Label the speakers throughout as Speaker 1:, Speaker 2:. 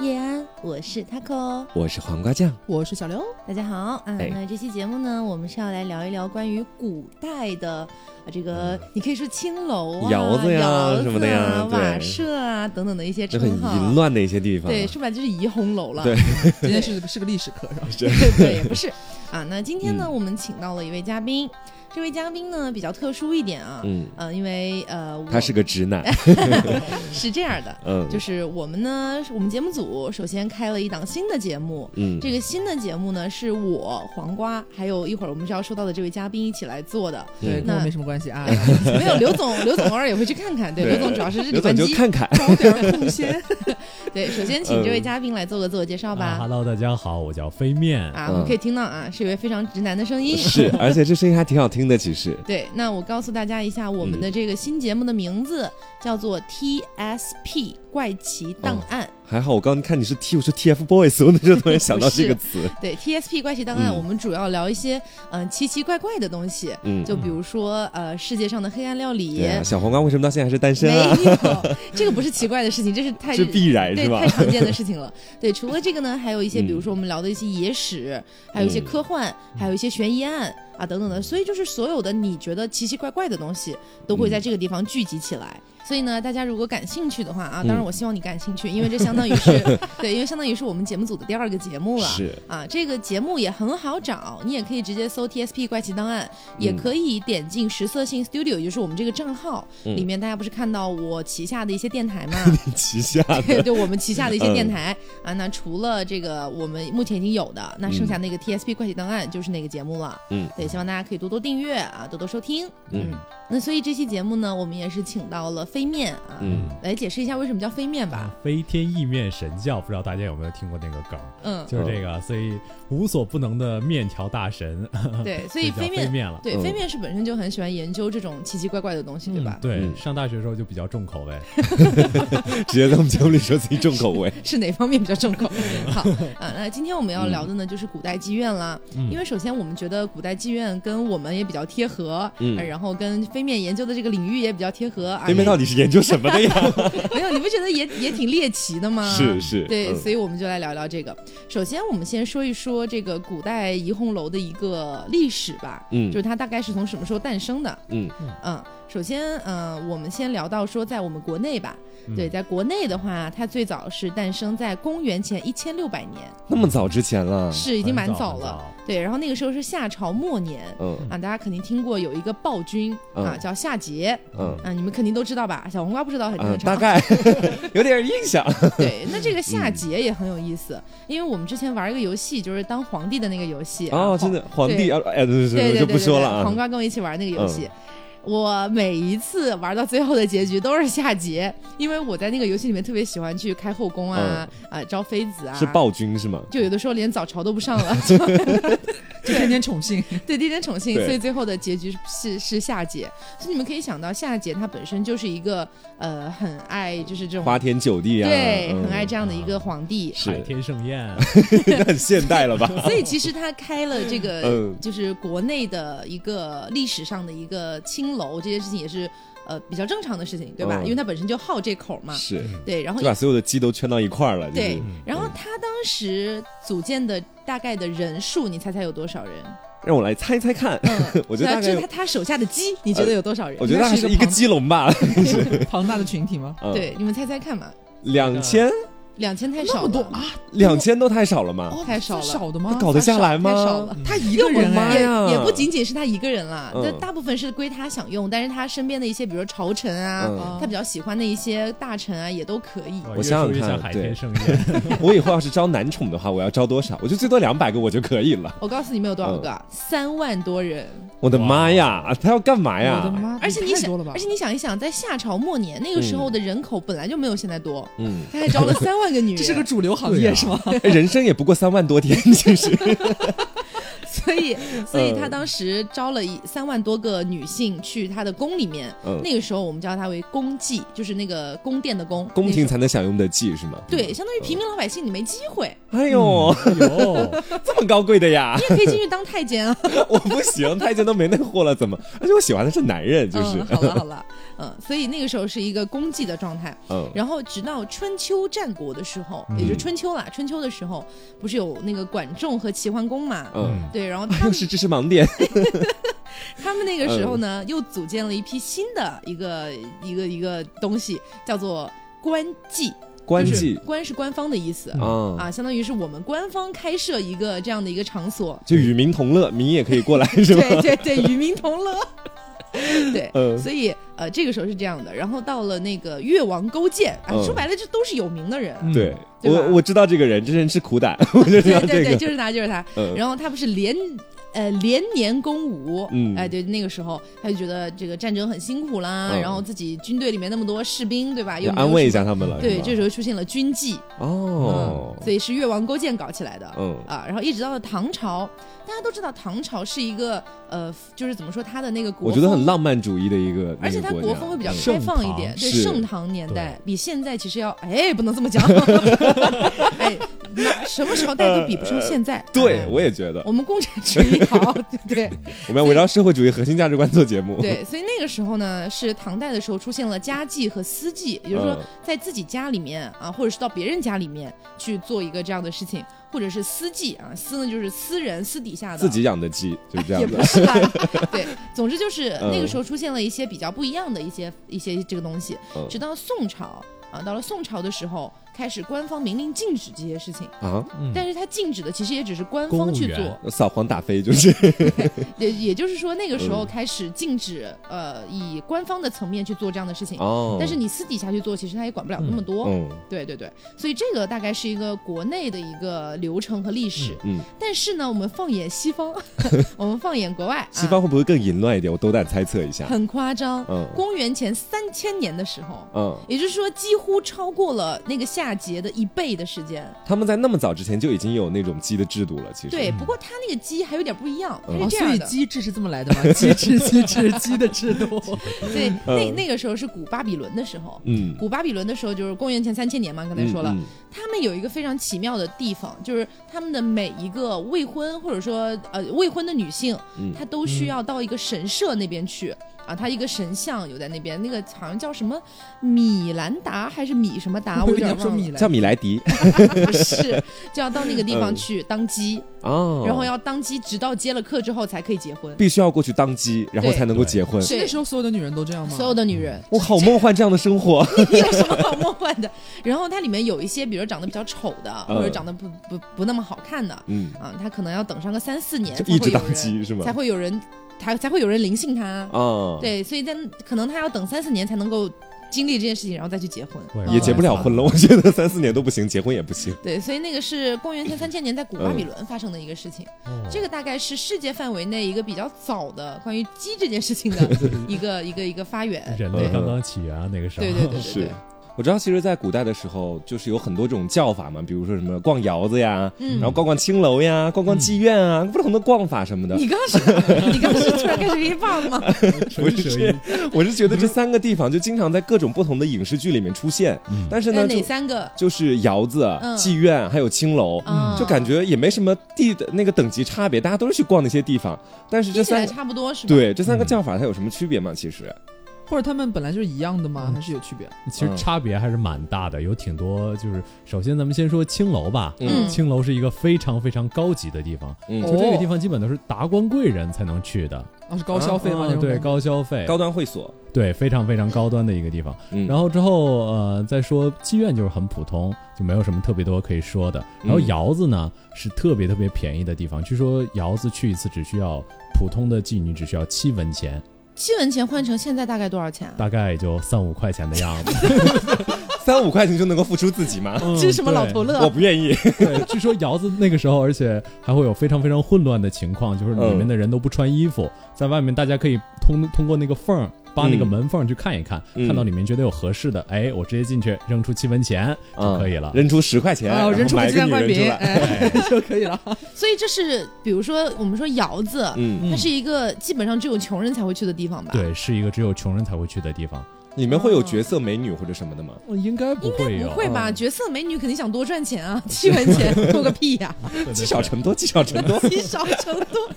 Speaker 1: 叶安，我是 Taco，
Speaker 2: 我是黄瓜 酱，
Speaker 3: 我是小刘。
Speaker 1: 大家好。嗯、
Speaker 2: 哎
Speaker 1: 那这期节目呢，我们是要来聊一聊关于古代的啊这个，你可以说青楼啊、
Speaker 2: 嗯窑子呀
Speaker 1: 窑子啊
Speaker 2: 什么的呀对
Speaker 1: 瓦舍啊等等的一些
Speaker 2: 这很
Speaker 1: 称
Speaker 2: 淫
Speaker 1: 号。
Speaker 2: 乱的一些地方。啊
Speaker 1: 对，说白了就是怡红楼了。
Speaker 2: 对
Speaker 3: 今天是是个历史课是吧？
Speaker 1: 对 对，也不是啊。那今天呢，
Speaker 2: 嗯
Speaker 1: 我们请到了一位嘉宾，这位嘉宾呢比较特殊一点啊，
Speaker 2: 嗯，
Speaker 1: 呃，因为呃，我
Speaker 2: 他是个直男，
Speaker 1: 是这样的，
Speaker 2: 嗯，
Speaker 1: 就是我们呢，我们节目组首先开了一档新的节目。
Speaker 2: 嗯，
Speaker 1: 这个新的节目呢，是我黄瓜，还有一会儿我们是要说到的这位嘉宾一起来做 的。
Speaker 3: 对，
Speaker 2: 嗯
Speaker 3: 跟我
Speaker 1: 那
Speaker 3: 没什么关 系啊。
Speaker 1: 没有刘总，刘总偶尔也会去看看。对，
Speaker 2: 对
Speaker 1: 刘总主要是日理
Speaker 2: 刘总
Speaker 1: 万
Speaker 2: 就
Speaker 1: 机。
Speaker 2: 看看，
Speaker 3: 搞点贡献。
Speaker 1: 对，首先请这位嘉宾来做个自我介绍
Speaker 4: 啊
Speaker 1: 吧。
Speaker 4: Hello，大家好，我叫飞面。
Speaker 1: 啊，
Speaker 2: 嗯
Speaker 1: 我们可以听到啊，是一位非常直男的声音。
Speaker 2: 是，而且这声音还挺好听的，其实。
Speaker 1: 对，那我告诉大家一下，我们的这个新节目的名字叫做 TSP 怪奇档案。
Speaker 2: 还好我刚看你是 T，我说 TFBOYS，我那时候突然想到这 个词，
Speaker 1: 对 TSP 怪奇档案，
Speaker 2: 嗯
Speaker 1: 我们主要聊一些嗯、呃奇奇怪怪的东西，
Speaker 2: 嗯，
Speaker 1: 就比如说呃世界上的黑暗料理
Speaker 2: 对。啊，小黄瓜为什么到现在还是单身
Speaker 1: 没
Speaker 2: 啊？
Speaker 1: 有，这个不是奇怪的事情，这 是太
Speaker 2: 这必然
Speaker 1: 对
Speaker 2: 是吧
Speaker 1: 太？常见的事情了。 对，除了这个呢，还有一些，
Speaker 2: 嗯
Speaker 1: 比如说我们聊的一些野史，还有一些
Speaker 2: 嗯
Speaker 1: 科幻，还有一些悬疑案啊等等的。所以就是所有的你觉得奇奇怪怪的东西，都会
Speaker 2: 嗯
Speaker 1: 在这个地方聚集起来。所以呢，大家如果感兴趣的话啊，当然
Speaker 2: 嗯
Speaker 1: 我希望你感兴趣，因为这相当于 是对，因为相当于是我们节目组的第二个节目了。
Speaker 2: 是，
Speaker 1: 啊，这个节目也很好找，你也可以直接搜 TSP 怪奇档案，也
Speaker 2: 嗯
Speaker 1: 可以点进实色性 Studio，也就是我们这个账号、
Speaker 2: 嗯
Speaker 1: 里面，大家不是看到我旗下的一些电台 嘛？
Speaker 2: 旗下
Speaker 1: 对，
Speaker 2: 的，
Speaker 1: 就我们旗下的一些电台、
Speaker 2: 嗯
Speaker 1: 啊。那除了这个我们目前已经有的，那剩下那个 TSP 怪奇档案就是那个节目了。
Speaker 2: 嗯，
Speaker 1: 对，希望大家可以多多订阅啊，多多收听。
Speaker 2: 嗯，
Speaker 1: 那所以这期节目呢，我们也是请到了飞面啊，
Speaker 2: 嗯
Speaker 1: 来解释一下为什么叫飞面吧。
Speaker 4: 啊，飞天意面神教，不知道大家有没有听过那个梗，
Speaker 1: 嗯，
Speaker 4: 就是这个，所以无所不能的面条大神，
Speaker 1: 嗯对，所
Speaker 4: 就
Speaker 1: 以
Speaker 4: 叫
Speaker 1: 飞
Speaker 4: 飞
Speaker 1: 面。
Speaker 4: 面了。
Speaker 1: 对，
Speaker 2: 嗯
Speaker 1: 飞面是本身就很喜欢研究这种奇奇怪怪的东西，对吧？
Speaker 4: 对，
Speaker 2: 嗯
Speaker 4: 上大学的时候就比较重口味，
Speaker 2: 直接在我们节目里说自己重口味，
Speaker 1: 是哪方面比较重口？好啊，那今天我们要聊的呢，就是古代妓院啦。
Speaker 4: 嗯
Speaker 1: 因为首先我们觉得古代妓院跟我们也比较贴合，
Speaker 2: 嗯
Speaker 1: 呃然后跟飞面研究的这个领域也比较贴合。啊
Speaker 2: 对面到底是研究什么的 呀？
Speaker 1: 没有，你不觉得也 也挺猎奇的吗？
Speaker 2: 是。是，
Speaker 1: 啊对，
Speaker 2: 嗯
Speaker 1: 所以我们就来聊聊这个。首先，我们先说一说这个古代怡红楼的一个历史吧，
Speaker 2: 嗯
Speaker 1: 就是它大概是从什么时候诞生的？
Speaker 2: 嗯
Speaker 1: 嗯，首先，呃，我们先聊到说，在我们国内吧，
Speaker 4: 嗯
Speaker 1: 对，在国内的话，它最早是诞生在公元前一千六百年，
Speaker 2: 那么早之前啊了，
Speaker 1: 是已经蛮
Speaker 4: 很
Speaker 1: 早
Speaker 4: 早
Speaker 1: 了。。对，然后那个时候是夏朝末年
Speaker 2: 嗯
Speaker 1: 啊，大家肯定听过有一个暴君啊，
Speaker 2: 嗯
Speaker 1: 叫夏桀
Speaker 2: 嗯
Speaker 1: 啊，你们肯定都知道吧？小黄瓜不知道很
Speaker 2: 啊
Speaker 1: 正，常。
Speaker 2: 大概 嗯有点印象，
Speaker 1: 对，那这个夏桀也很有意思，因为我们之前玩一个游戏，就是当皇帝的那个游戏啊
Speaker 2: 哦，
Speaker 1: 皇
Speaker 2: 真的，皇帝啊，哎，对对
Speaker 1: 对对
Speaker 2: 我
Speaker 1: 对
Speaker 2: 就不说了
Speaker 1: 对对黄
Speaker 2: 啊。嗯
Speaker 1: 瓜跟我一起玩那个游戏。我每一次玩到最后的结局都是夏桀，因为我在那个游戏里面特别喜欢去开后宫啊，啊招妃子啊，
Speaker 2: 嗯是暴君是吗？
Speaker 1: 就有的时候连早朝都不上 了，
Speaker 3: 就天天宠幸，
Speaker 1: 对，天天宠幸，
Speaker 2: 对
Speaker 1: 所以最后的结局是是夏桀。所以你们可以想到，夏桀他本身就是一个呃很爱就是这种
Speaker 2: 花天酒地啊，
Speaker 1: 对，
Speaker 2: 嗯
Speaker 1: 很 爱这样的一个皇帝。
Speaker 2: 是
Speaker 4: 海，天盛宴，
Speaker 2: 那很现代了吧？
Speaker 1: 所以其实他开了这个，
Speaker 2: 嗯
Speaker 1: 就是国内的一个历史上的一个青楼，这件事情也是呃比较正常的事情，对吧？
Speaker 2: 嗯
Speaker 1: 因为他本身就好这口嘛。
Speaker 2: 是，
Speaker 1: 对，然后
Speaker 2: 就把所有的鸡都圈到一块儿了，
Speaker 1: 啊对
Speaker 2: 就是，
Speaker 1: 然后他当时组建的大概的人数，你猜猜有多少 人？
Speaker 2: 让我来猜猜看，
Speaker 1: 嗯，
Speaker 2: 我觉得大
Speaker 1: 就
Speaker 2: 概呃
Speaker 1: 是他，他手下的鸡，你觉得有多少人？
Speaker 2: 我觉得大概是一个鸡笼吧，
Speaker 3: 庞大的群体吗？
Speaker 2: 嗯，
Speaker 1: 对，你们猜猜看嘛，
Speaker 2: 两千
Speaker 1: 两千太
Speaker 3: 那
Speaker 1: 少
Speaker 3: 么多
Speaker 1: 了，
Speaker 3: 啊！
Speaker 2: 两千都太少了嘛，
Speaker 3: 哦
Speaker 1: 太少了
Speaker 3: 少的
Speaker 2: 他
Speaker 3: 吗？
Speaker 2: 搞得下来嗯
Speaker 1: 太少
Speaker 2: 吗
Speaker 1: 了？
Speaker 3: 他一个人
Speaker 2: 我妈
Speaker 3: 哎，
Speaker 2: 呀
Speaker 1: 也也不仅仅是他一个人啦，
Speaker 2: 嗯
Speaker 1: 那、大部分是归他享用，但是他身边的一些，比如说朝臣啊，
Speaker 2: 嗯
Speaker 1: 他比较喜欢的一些大臣啊，也都可以。
Speaker 4: 哇
Speaker 2: 我想想
Speaker 4: 越说
Speaker 2: 看
Speaker 4: 越像海
Speaker 2: 对
Speaker 4: 天盛 宴。
Speaker 2: 我以后要是招男宠的话，我要招多少？我就最多两百个我就可以了。
Speaker 1: 我告诉你们有多少个
Speaker 2: 嗯
Speaker 1: 啊，三万多人。
Speaker 2: 我的妈呀，啊他要干嘛
Speaker 3: 哎我的
Speaker 2: 哎呀？
Speaker 3: 妈！
Speaker 1: 而且你
Speaker 3: 太
Speaker 1: 想
Speaker 3: 多了吧
Speaker 1: 而？且你想一想，在夏朝末年那个时候的人口本来就没有现在多，
Speaker 2: 嗯，哎
Speaker 1: 他还招了 三万个女人，
Speaker 3: 这是个主流行
Speaker 4: 对
Speaker 3: 业
Speaker 4: 啊
Speaker 3: 是吗？
Speaker 2: 人生也不过三万多天，其实
Speaker 1: 所 以，所
Speaker 2: 嗯
Speaker 1: 以他当时招了一三万多个女性去他的宫里面。
Speaker 2: 嗯，
Speaker 1: 那个时候我们叫它为宫妓，就是那个宫殿的宫，
Speaker 2: 宫廷
Speaker 1: 那时
Speaker 2: 才能享用的技是吗？
Speaker 1: 候。对，嗯相当于平民老百姓你没机会，
Speaker 2: 哎呦，
Speaker 4: 有，
Speaker 2: 这么高贵的呀
Speaker 1: 你，也可以进去当太监啊。
Speaker 2: 我不行，太监都没那货了，怎么？ 而且我喜欢的是男人，就是
Speaker 1: 嗯，好 了好了，嗯，所以那个时候是一个功绩的状态。
Speaker 2: 嗯，
Speaker 1: 然后直到春秋战国的时候，
Speaker 4: 嗯
Speaker 1: 也就是春秋啦，春秋的时候不是有那个管仲和齐桓公嘛？
Speaker 2: 嗯，
Speaker 1: 对，然 后他
Speaker 2: 又
Speaker 1: 们
Speaker 2: 是知嗯识盲点，
Speaker 1: 他们那个时候呢，又组建了一批新的一个一个一个东西，叫做官妓。
Speaker 2: 官
Speaker 1: 就是
Speaker 2: 妓
Speaker 1: 官是官方的意思、
Speaker 2: 啊，。
Speaker 1: 啊，相当于是我们官方开设一个这样的一个场所
Speaker 2: 就与民同乐，民也可以过来是吧？
Speaker 1: 对对对，与民同乐。 对，
Speaker 2: 嗯
Speaker 1: 所以呃，这个时候是这样的。然后到了那个越王勾践啊，
Speaker 2: 嗯
Speaker 1: 说白了，这都是有名的人。
Speaker 4: 嗯
Speaker 2: 对
Speaker 1: 对吧
Speaker 2: 我我知道这个人，这人吃苦胆， 我就 知
Speaker 1: 对
Speaker 2: 道
Speaker 1: 对
Speaker 2: 这
Speaker 1: 对，
Speaker 2: 个，
Speaker 1: 就是他，就是他。
Speaker 2: 嗯
Speaker 1: 然后他不是连呃连年攻吴，
Speaker 2: 嗯
Speaker 1: 哎，对，那个时候他就觉得这个战争很辛苦啦，
Speaker 2: 嗯
Speaker 1: 然后自己军队里面那么多士兵，对吧？又
Speaker 2: 要
Speaker 1: 没有
Speaker 2: 安慰一
Speaker 1: 什
Speaker 2: 下
Speaker 1: 么。
Speaker 2: 他们了，
Speaker 1: 对，
Speaker 2: 是吧
Speaker 1: 这时候出现了军纪，
Speaker 2: 哦
Speaker 1: 嗯，，所以是越王勾践搞起来的。
Speaker 2: 嗯
Speaker 1: 啊，然后一直到了唐朝，大家都知道唐朝是一个呃，就是怎么说他的那个国，
Speaker 2: 我觉得很，浪漫主义的一个，
Speaker 1: 而且
Speaker 2: 一个
Speaker 1: 他
Speaker 2: 国
Speaker 1: 国
Speaker 2: 家
Speaker 1: 风会比较
Speaker 2: 嗯
Speaker 1: 开放一点，对
Speaker 4: 盛
Speaker 2: 是
Speaker 1: 盛唐年代比现在其实要，哎，不能这么讲， 哎，那什么朝代都比不上现在。
Speaker 2: 呃对
Speaker 1: 哎，
Speaker 2: 我也觉得，
Speaker 1: 我们共产主 义好，对不对？
Speaker 2: 我们要围绕社会主义核心价值观做节目。，
Speaker 1: 对，所以那个时候呢，是唐代的时候出现了家妓和私妓，也就是说
Speaker 2: 嗯，
Speaker 1: 在自己家里面啊，或者是到别人家里面去做一个这样的事情，或者是私妓啊，私呢就是私人私底下的，
Speaker 2: 自己养的鸡就是这
Speaker 1: 也
Speaker 2: 样
Speaker 1: 不
Speaker 2: 的。
Speaker 1: 是啦，对，总之就是
Speaker 2: 嗯
Speaker 1: 那个时候出现了一些比较不一样的一些一些这个东西，
Speaker 2: 嗯
Speaker 1: 直到宋朝啊，到了宋朝的时候，开始官方明令禁止这些事情，
Speaker 2: 啊，
Speaker 4: 嗯
Speaker 1: 但是它禁止的其实也只是官
Speaker 4: 公
Speaker 1: 方
Speaker 4: 务
Speaker 1: 去
Speaker 4: 员
Speaker 1: 做，
Speaker 2: 扫黄打非就是，
Speaker 1: 也也就是说，那个时候
Speaker 2: 嗯
Speaker 1: 开始禁止、呃以官方的层面去做这样的事情，
Speaker 2: 哦
Speaker 1: 但是你私底下去做，其实他也管不了那么多。
Speaker 2: 嗯
Speaker 1: 对对对，所以这个大概是一个国内的一个流程和历史。
Speaker 2: 嗯，
Speaker 1: 但是呢，我们放眼西方， 我们放眼国外，
Speaker 2: 西方
Speaker 1: 啊、
Speaker 2: 会不会更淫乱一点？我斗胆猜测一下。
Speaker 1: 很夸张。
Speaker 2: 嗯
Speaker 1: 公元前三千年的时候。
Speaker 2: 嗯，
Speaker 1: 也就是说，几乎超过了那个夏桀的一倍的时间。
Speaker 2: 他们在那么早之前就已经有那种鸡的制度了，其实。
Speaker 1: 对，不过他那个鸡还有点不一样，它
Speaker 2: 嗯
Speaker 1: 是
Speaker 3: 哦，
Speaker 1: 这
Speaker 3: 所
Speaker 1: 样
Speaker 3: 以
Speaker 1: 的。
Speaker 3: 机制是这么来的吗？机制机制机的制 度，
Speaker 1: 对，那
Speaker 2: 嗯
Speaker 1: 那个时候是古巴比伦的时候。
Speaker 2: 嗯，
Speaker 1: 古巴比伦的时候就是公元前三千年嘛，刚才说了，
Speaker 2: 嗯，
Speaker 1: 他们有一个非常奇妙的地方，就是他们的每一个未婚或者说呃未婚的女性，
Speaker 2: 嗯
Speaker 1: 她都需要到一个神社那边去。啊，她一个神像有在那边，那个好像叫什么米兰达还是米什么 达，我有
Speaker 3: 跟
Speaker 1: 点
Speaker 3: 你说
Speaker 1: 忘
Speaker 3: 米
Speaker 1: 了，
Speaker 2: 嗯
Speaker 3: 兰
Speaker 2: 叫米 莱迪
Speaker 1: 不是，就要到那个地方
Speaker 2: 嗯
Speaker 1: 去当鸡，
Speaker 2: 哦，
Speaker 1: 然后要当鸡，直到接了课之后才可以结婚。
Speaker 2: 必须要过去当鸡，然后
Speaker 1: 对
Speaker 2: 才能够结婚。
Speaker 1: 是
Speaker 3: 那时候所有的女人都这样吗？
Speaker 1: 所有的女 人，
Speaker 2: 我好梦幻这样的生活。
Speaker 1: 你有什么好梦幻的？然后它里面有一些，比如长得比较丑的，
Speaker 2: 嗯
Speaker 1: 或者长得不不不那么好看的
Speaker 2: 嗯，
Speaker 1: 啊，他可能要等上个三四年
Speaker 2: 就
Speaker 1: 才
Speaker 2: 一
Speaker 1: 会
Speaker 2: 直
Speaker 1: 有
Speaker 2: 当
Speaker 1: 人，
Speaker 2: 鸡是吗
Speaker 1: 才？会有人，才才会有人灵性他。
Speaker 2: 啊，，
Speaker 1: 对，所以在可能他要等三四年才能够经历这件事情，然后再去结婚。
Speaker 4: 喂
Speaker 1: 嗯
Speaker 2: 也结不了婚了。我觉得三四年都不行，结婚也不行。
Speaker 1: 对，所以那个是公元前三千年在古巴比
Speaker 2: 嗯
Speaker 1: 伦发生的一个事情，这
Speaker 4: 个
Speaker 1: 个大概是世界范围内一个比较早的关于鸡这件事 情的一个一个一个发源。
Speaker 4: 人类刚刚起源啊，那个时候，
Speaker 1: 对对对对
Speaker 2: 是
Speaker 1: 对，
Speaker 2: 我知道，其实，在古代的时候，就是有很多这种叫法嘛，比如说什么逛窑子呀，
Speaker 1: 嗯
Speaker 2: 然后逛逛青楼呀，逛逛妓院啊，不同的逛法什么的。
Speaker 1: 你刚是，你刚是突然开始 hiphop 吗？
Speaker 4: 纯
Speaker 2: 不是
Speaker 4: 水
Speaker 2: 我是觉得这三个地方就经常在各种不同的影视剧里面出现，
Speaker 4: 嗯
Speaker 2: 但是
Speaker 1: 那
Speaker 2: 呢，
Speaker 1: 哎哪
Speaker 2: 就
Speaker 1: 三个？
Speaker 2: 就是窑子、
Speaker 1: 嗯
Speaker 2: 妓院还有青楼，
Speaker 1: 啊
Speaker 2: 嗯就感觉也没什么地的那个等级差别，大家都是去逛那些地方。但是这
Speaker 1: 听起来
Speaker 2: 三个
Speaker 1: 差不多是吧？，
Speaker 2: 对这三个
Speaker 4: 嗯哎
Speaker 2: 叫法它有什么区别吗？其实，
Speaker 3: 或者他们本来就是一样的吗？
Speaker 4: 嗯
Speaker 3: 还是有区别？
Speaker 4: 其
Speaker 2: 嗯
Speaker 4: 实差别还是蛮大的，有挺多。就是首先咱们先说青楼吧，
Speaker 1: 嗯
Speaker 4: 青楼是一个非常非常高级的地方，
Speaker 2: 嗯，
Speaker 3: 哦
Speaker 4: 就这个地方基本都是达官贵人才能去的，
Speaker 3: 啊，是高消费
Speaker 1: 哦
Speaker 3: 吗？
Speaker 4: 啊
Speaker 3: 那种
Speaker 4: 对，
Speaker 3: 感觉
Speaker 4: 高消费，
Speaker 2: 嗯高端会所，
Speaker 4: 对，非常非常高端的一个地方。
Speaker 2: 嗯，
Speaker 4: 然后之后呃，再说妓院就是很普通，就没有什么特别多可以说的。然后
Speaker 2: 嗯
Speaker 4: 窑子呢是特别特别便宜的地方，据说窑子去一次只需要普通的妓女只需要七文钱，
Speaker 1: 七文钱换成现在大概多少钱啊？
Speaker 4: 大概也就三五块钱的样子。
Speaker 2: 三五块钱就能够付出自己吗？
Speaker 4: 嗯
Speaker 1: 这 是什啊么
Speaker 4: 对
Speaker 1: 老头乐？
Speaker 2: 我不愿 意。
Speaker 4: 对，据说窑子那个时候，而且还会有非常非
Speaker 2: 嗯
Speaker 4: 常混乱的情况，就是里面的人都不穿衣服，在外面大家可以通通过那个缝儿扒那个
Speaker 2: 嗯
Speaker 4: 门缝去看一看，
Speaker 2: 嗯
Speaker 4: 看到里面觉得有合适的，哎，我直接进去扔出七文钱就可以了。
Speaker 2: 嗯啊扔出十块钱，
Speaker 3: 哦，
Speaker 2: 然
Speaker 3: 扔
Speaker 2: 后
Speaker 3: 出个
Speaker 2: 哎买
Speaker 3: 鸡
Speaker 2: 个女
Speaker 3: 蛋灌
Speaker 2: 人出
Speaker 3: 饼，
Speaker 2: 来，
Speaker 3: 哎， 就可以了。
Speaker 1: 所以这是比如说我们说窑子，
Speaker 2: 嗯，
Speaker 1: 它是一个基本上只有穷人才会去的地方吧？，
Speaker 4: 对，是一个只有穷人才会去的地方，
Speaker 2: 里面会有角色美女或者什么的吗？
Speaker 4: 哦应该不会有
Speaker 1: 不，会
Speaker 2: 嗯
Speaker 1: 吧？角色美女肯定想多赚钱 啊，七文钱多个屁呀、
Speaker 4: 对对
Speaker 2: 积少
Speaker 4: 对
Speaker 2: 成多，积少成多。
Speaker 1: 积少成多。